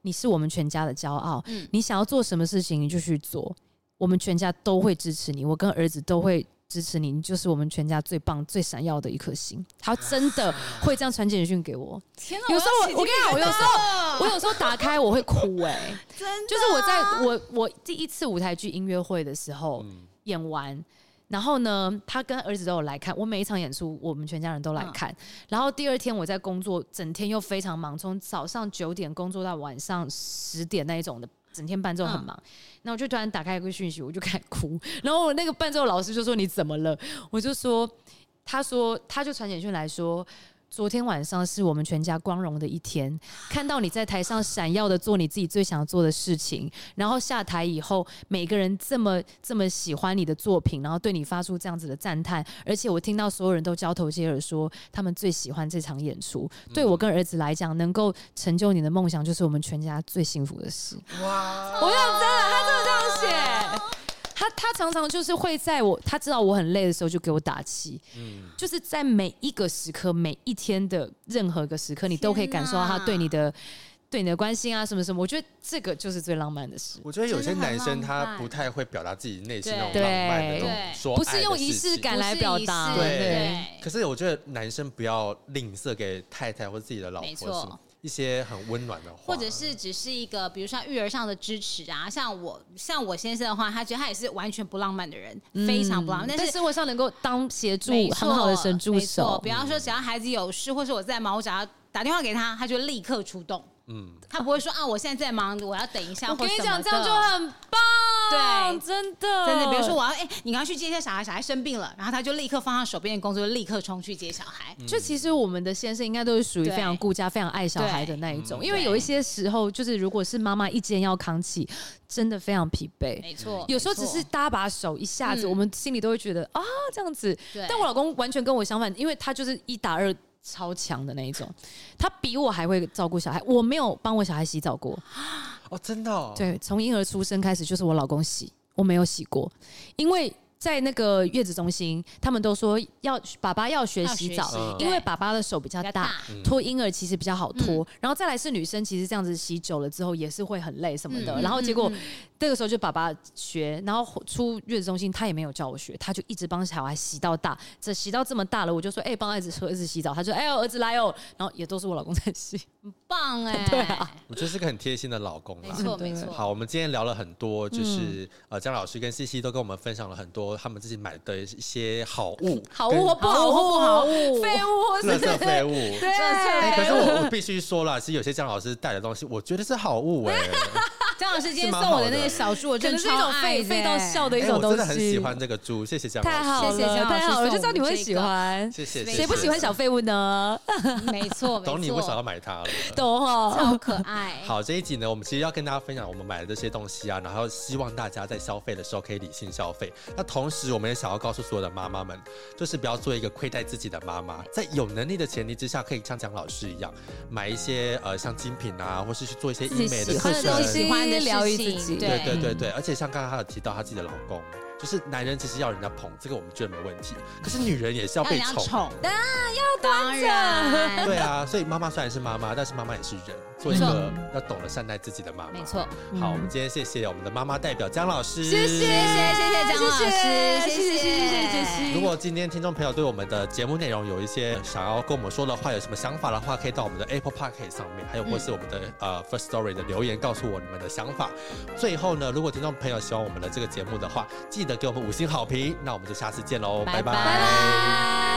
Speaker 2: 你是我们全家的骄傲，
Speaker 3: 嗯
Speaker 2: 你想要做什么事情你就去做，我们全家都会支持你，我跟儿子都会。”支持你，你就是我们全家最棒、最闪耀的一颗星。他真的会这样传简讯给我。
Speaker 3: 天哪
Speaker 2: 有时候我，我跟你讲，我有时候
Speaker 3: 候
Speaker 2: 我有时候打开我会哭哎、
Speaker 3: 真的啊
Speaker 2: 就是我在我我第一次舞台剧音乐会的时候、演完，然后呢，他跟儿子都有来看，我每一场演出，我们全家人都来
Speaker 3: 嗯
Speaker 2: 看。然后第二天我在工作，整天又非常忙，从早上九点工作到晚上十点那一种的，整天伴奏
Speaker 3: 嗯
Speaker 2: 很忙。那、我就突然打开一个讯息，我就开始哭。 <laughs> 然后我那个伴奏老师就说：“你怎么了？”我就说：“他说他就传简讯来说。”昨天晚上是我们全家光荣的一天，看到你在台上闪耀的做你自己最想做的事情，然后下台以后，每个人这么这么喜欢你的作品，然后对你发出这样子的赞叹，而且我听到所有人都交头接耳说他们最喜欢这场演出。对我跟儿子来讲，能够成就你的梦想，就是我们全家最幸福的事。
Speaker 1: 哇，
Speaker 2: 我认真了，他真的这样写。他他常常就是会在我他知道我很累的时候就给我打气，就是在每一个时刻、每一天的任何一个时刻，你都可以感受到他对你的对你的关心啊，什么什么。我觉得这个就是最浪漫的事，
Speaker 1: 我觉得有些
Speaker 3: 真的很
Speaker 1: 男生
Speaker 3: 浪
Speaker 1: 他
Speaker 3: 漫
Speaker 1: 不太会表达自己内心那种
Speaker 2: 对
Speaker 1: 浪漫的那种
Speaker 3: 对
Speaker 1: 说
Speaker 2: 不
Speaker 1: 爱
Speaker 2: 是
Speaker 1: 的
Speaker 2: 用仪
Speaker 1: 事
Speaker 2: 式
Speaker 1: 情
Speaker 2: 感来表达。
Speaker 3: 不是仪式
Speaker 2: 对
Speaker 3: 对，
Speaker 1: 可是我觉得男生不要吝啬给太太或自己的老婆
Speaker 3: 没
Speaker 1: 什
Speaker 3: 错
Speaker 1: 么一些很温暖的话，
Speaker 3: 或者是只是一个，比如像育儿上的支持啊，像我像我先生的话，他觉得他也是完全不浪漫的人，非常不浪漫，嗯但
Speaker 2: 在
Speaker 3: 是
Speaker 2: 生活上能够当协助
Speaker 3: 没
Speaker 2: 很好的神助
Speaker 3: 没错
Speaker 2: 手
Speaker 3: 比，
Speaker 1: 嗯
Speaker 3: 方说，只要孩子有事，或是我在忙，我只要打电话给他，他就立刻出动。
Speaker 1: 嗯，
Speaker 3: 他不会说啊，我现在在忙，我要等一下。
Speaker 2: 我跟你
Speaker 3: 或什
Speaker 2: 讲，
Speaker 3: 么的
Speaker 2: 这样就很棒，
Speaker 3: 对
Speaker 2: 真的
Speaker 3: 真的。比如说，我要哎、你刚去接一下小孩，小孩生病了，然后他就立刻放下手边的工作，立刻冲去接小孩。
Speaker 1: 嗯
Speaker 2: 就其实我们的先生应该都是属于
Speaker 3: 对
Speaker 2: 非常顾家、非常爱小孩的那一种，因为有一些时候，就是如果是妈妈一肩要扛起，真的非常疲惫。
Speaker 3: 没错，
Speaker 2: 有时候只是
Speaker 3: 没错
Speaker 2: 搭把手，一下子
Speaker 3: 嗯
Speaker 2: 我们心里都会觉得啊这样子。
Speaker 3: 对
Speaker 2: 但我老公完全跟我相反，因为他就是一打二超强的那一种，他比我还会照顾小孩。我没有帮我小孩洗澡过，
Speaker 1: 哦，真的、哦，，
Speaker 2: 对，从婴儿出生开始就是我老公洗，我没有洗过，因为在那个月子中心，他们都说要爸爸要学
Speaker 3: 要
Speaker 2: 洗
Speaker 3: 学
Speaker 2: 澡
Speaker 3: 习，
Speaker 2: 因为
Speaker 3: 对
Speaker 2: 爸爸的手比较
Speaker 3: 比较
Speaker 2: 大
Speaker 3: 大，嗯
Speaker 2: 拖婴儿其实比较好拖，然后再来是女生，其实这样子洗久了之后也是会很累什么的，
Speaker 3: 嗯
Speaker 2: 然后结果
Speaker 3: 嗯嗯
Speaker 2: 这个时候就爸爸学，然后出月子中心他也没有叫我学，他就一直帮小孩洗到大，这洗到这么大了，我就说哎、帮儿子儿子洗澡，他说哎、呦儿子来哦，然后也都是我老公在洗，
Speaker 3: 棒哎、
Speaker 2: <laughs> 对啊
Speaker 1: 我觉得是个很贴心的老公
Speaker 3: 没
Speaker 1: 啦。
Speaker 3: 错
Speaker 2: 对
Speaker 3: 没错。
Speaker 1: 好，我们今天聊了很多，
Speaker 2: 嗯
Speaker 1: 就是、呃，姜老师跟西西都跟我们分享了很多他们自己买的一些好物，
Speaker 2: 好
Speaker 1: 跟
Speaker 2: 物或不好物，
Speaker 3: 好物或不好物
Speaker 2: 废物或
Speaker 1: 垃
Speaker 2: 是
Speaker 1: 圾废物。
Speaker 2: <laughs> 对。
Speaker 1: 哎可
Speaker 3: 这
Speaker 1: 是我我必须说了，其实有些姜老师带的东西，我觉得是好物
Speaker 2: <laughs>
Speaker 1: 哎、
Speaker 3: 张老师今
Speaker 1: 是
Speaker 3: 天
Speaker 1: 蛮
Speaker 3: 送我
Speaker 1: 好
Speaker 3: 的那
Speaker 1: 的
Speaker 3: 个小猪，我
Speaker 2: 可
Speaker 3: 真
Speaker 2: 能
Speaker 3: 的
Speaker 2: 是一种
Speaker 3: 超爱
Speaker 2: 废
Speaker 3: 的
Speaker 2: 废到笑的一
Speaker 1: 哎，
Speaker 2: 种
Speaker 1: 我
Speaker 2: 东
Speaker 1: 真
Speaker 2: 西。
Speaker 1: 的很喜欢这个猪，谢谢姜老师，
Speaker 2: 太好了，
Speaker 3: 谢谢姜老师
Speaker 2: 太好了，
Speaker 3: 送
Speaker 2: 就知道你会
Speaker 3: 我这
Speaker 2: 喜
Speaker 3: 个
Speaker 2: 欢。
Speaker 1: 谢谢，谢谢
Speaker 2: 谁不喜欢小废物呢？
Speaker 3: 没错，没
Speaker 1: <laughs>
Speaker 3: 错，
Speaker 1: 懂你为什么要买它了。
Speaker 2: 懂
Speaker 3: 超
Speaker 2: 哦。
Speaker 3: 可爱。
Speaker 1: 好，这一集呢，我们其实要跟大家分享我们买的这些东西啊，然后希望大家在消费的时候可以理性消费。那同时，我们也想要告诉所有的妈妈们，就是不要做一个亏待自己的妈妈，在有能力的前提之下，可以像蒋老师一样，买一些呃像精品啊，或是去做一些医美的
Speaker 2: 喜欢的
Speaker 1: 课
Speaker 2: 东
Speaker 1: 程。
Speaker 2: 西疗愈自己
Speaker 1: 对对
Speaker 3: 对
Speaker 1: 对
Speaker 2: 嗯
Speaker 1: 对，而且像刚刚她有提到她自己的老公，就是男人其实要人家捧，这个我们觉得没问题，可是女人也是要被
Speaker 3: 人家
Speaker 1: 宠。啊
Speaker 3: 宠，当然
Speaker 2: 啊
Speaker 3: 要当
Speaker 1: <laughs>
Speaker 3: 然，
Speaker 1: 对啊，所以妈妈虽然是妈妈，但是妈妈也是人，做一
Speaker 3: 没错
Speaker 1: 个要懂得善待自己的妈妈。
Speaker 3: 没错。嗯
Speaker 1: 好，我们今天谢谢我们的妈妈代表姜老师，
Speaker 2: 谢谢
Speaker 3: 谢谢姜老
Speaker 2: 谢谢谢
Speaker 3: 师谢谢
Speaker 2: 谢谢谢杰西。
Speaker 1: 如果今天听众朋友对我们的节目内容有一些想要跟我们说的话，有什么想法的话，可以到我们的 Apple Park 上面，还有或是我们的、
Speaker 3: 嗯
Speaker 1: 呃 First Story 的留言，告诉我你们的想法。最后呢，如果听众朋友喜欢我们的这个节目的话，记得给我们五星好评。那我们就下次见喽，
Speaker 3: 拜
Speaker 1: 拜
Speaker 3: 拜。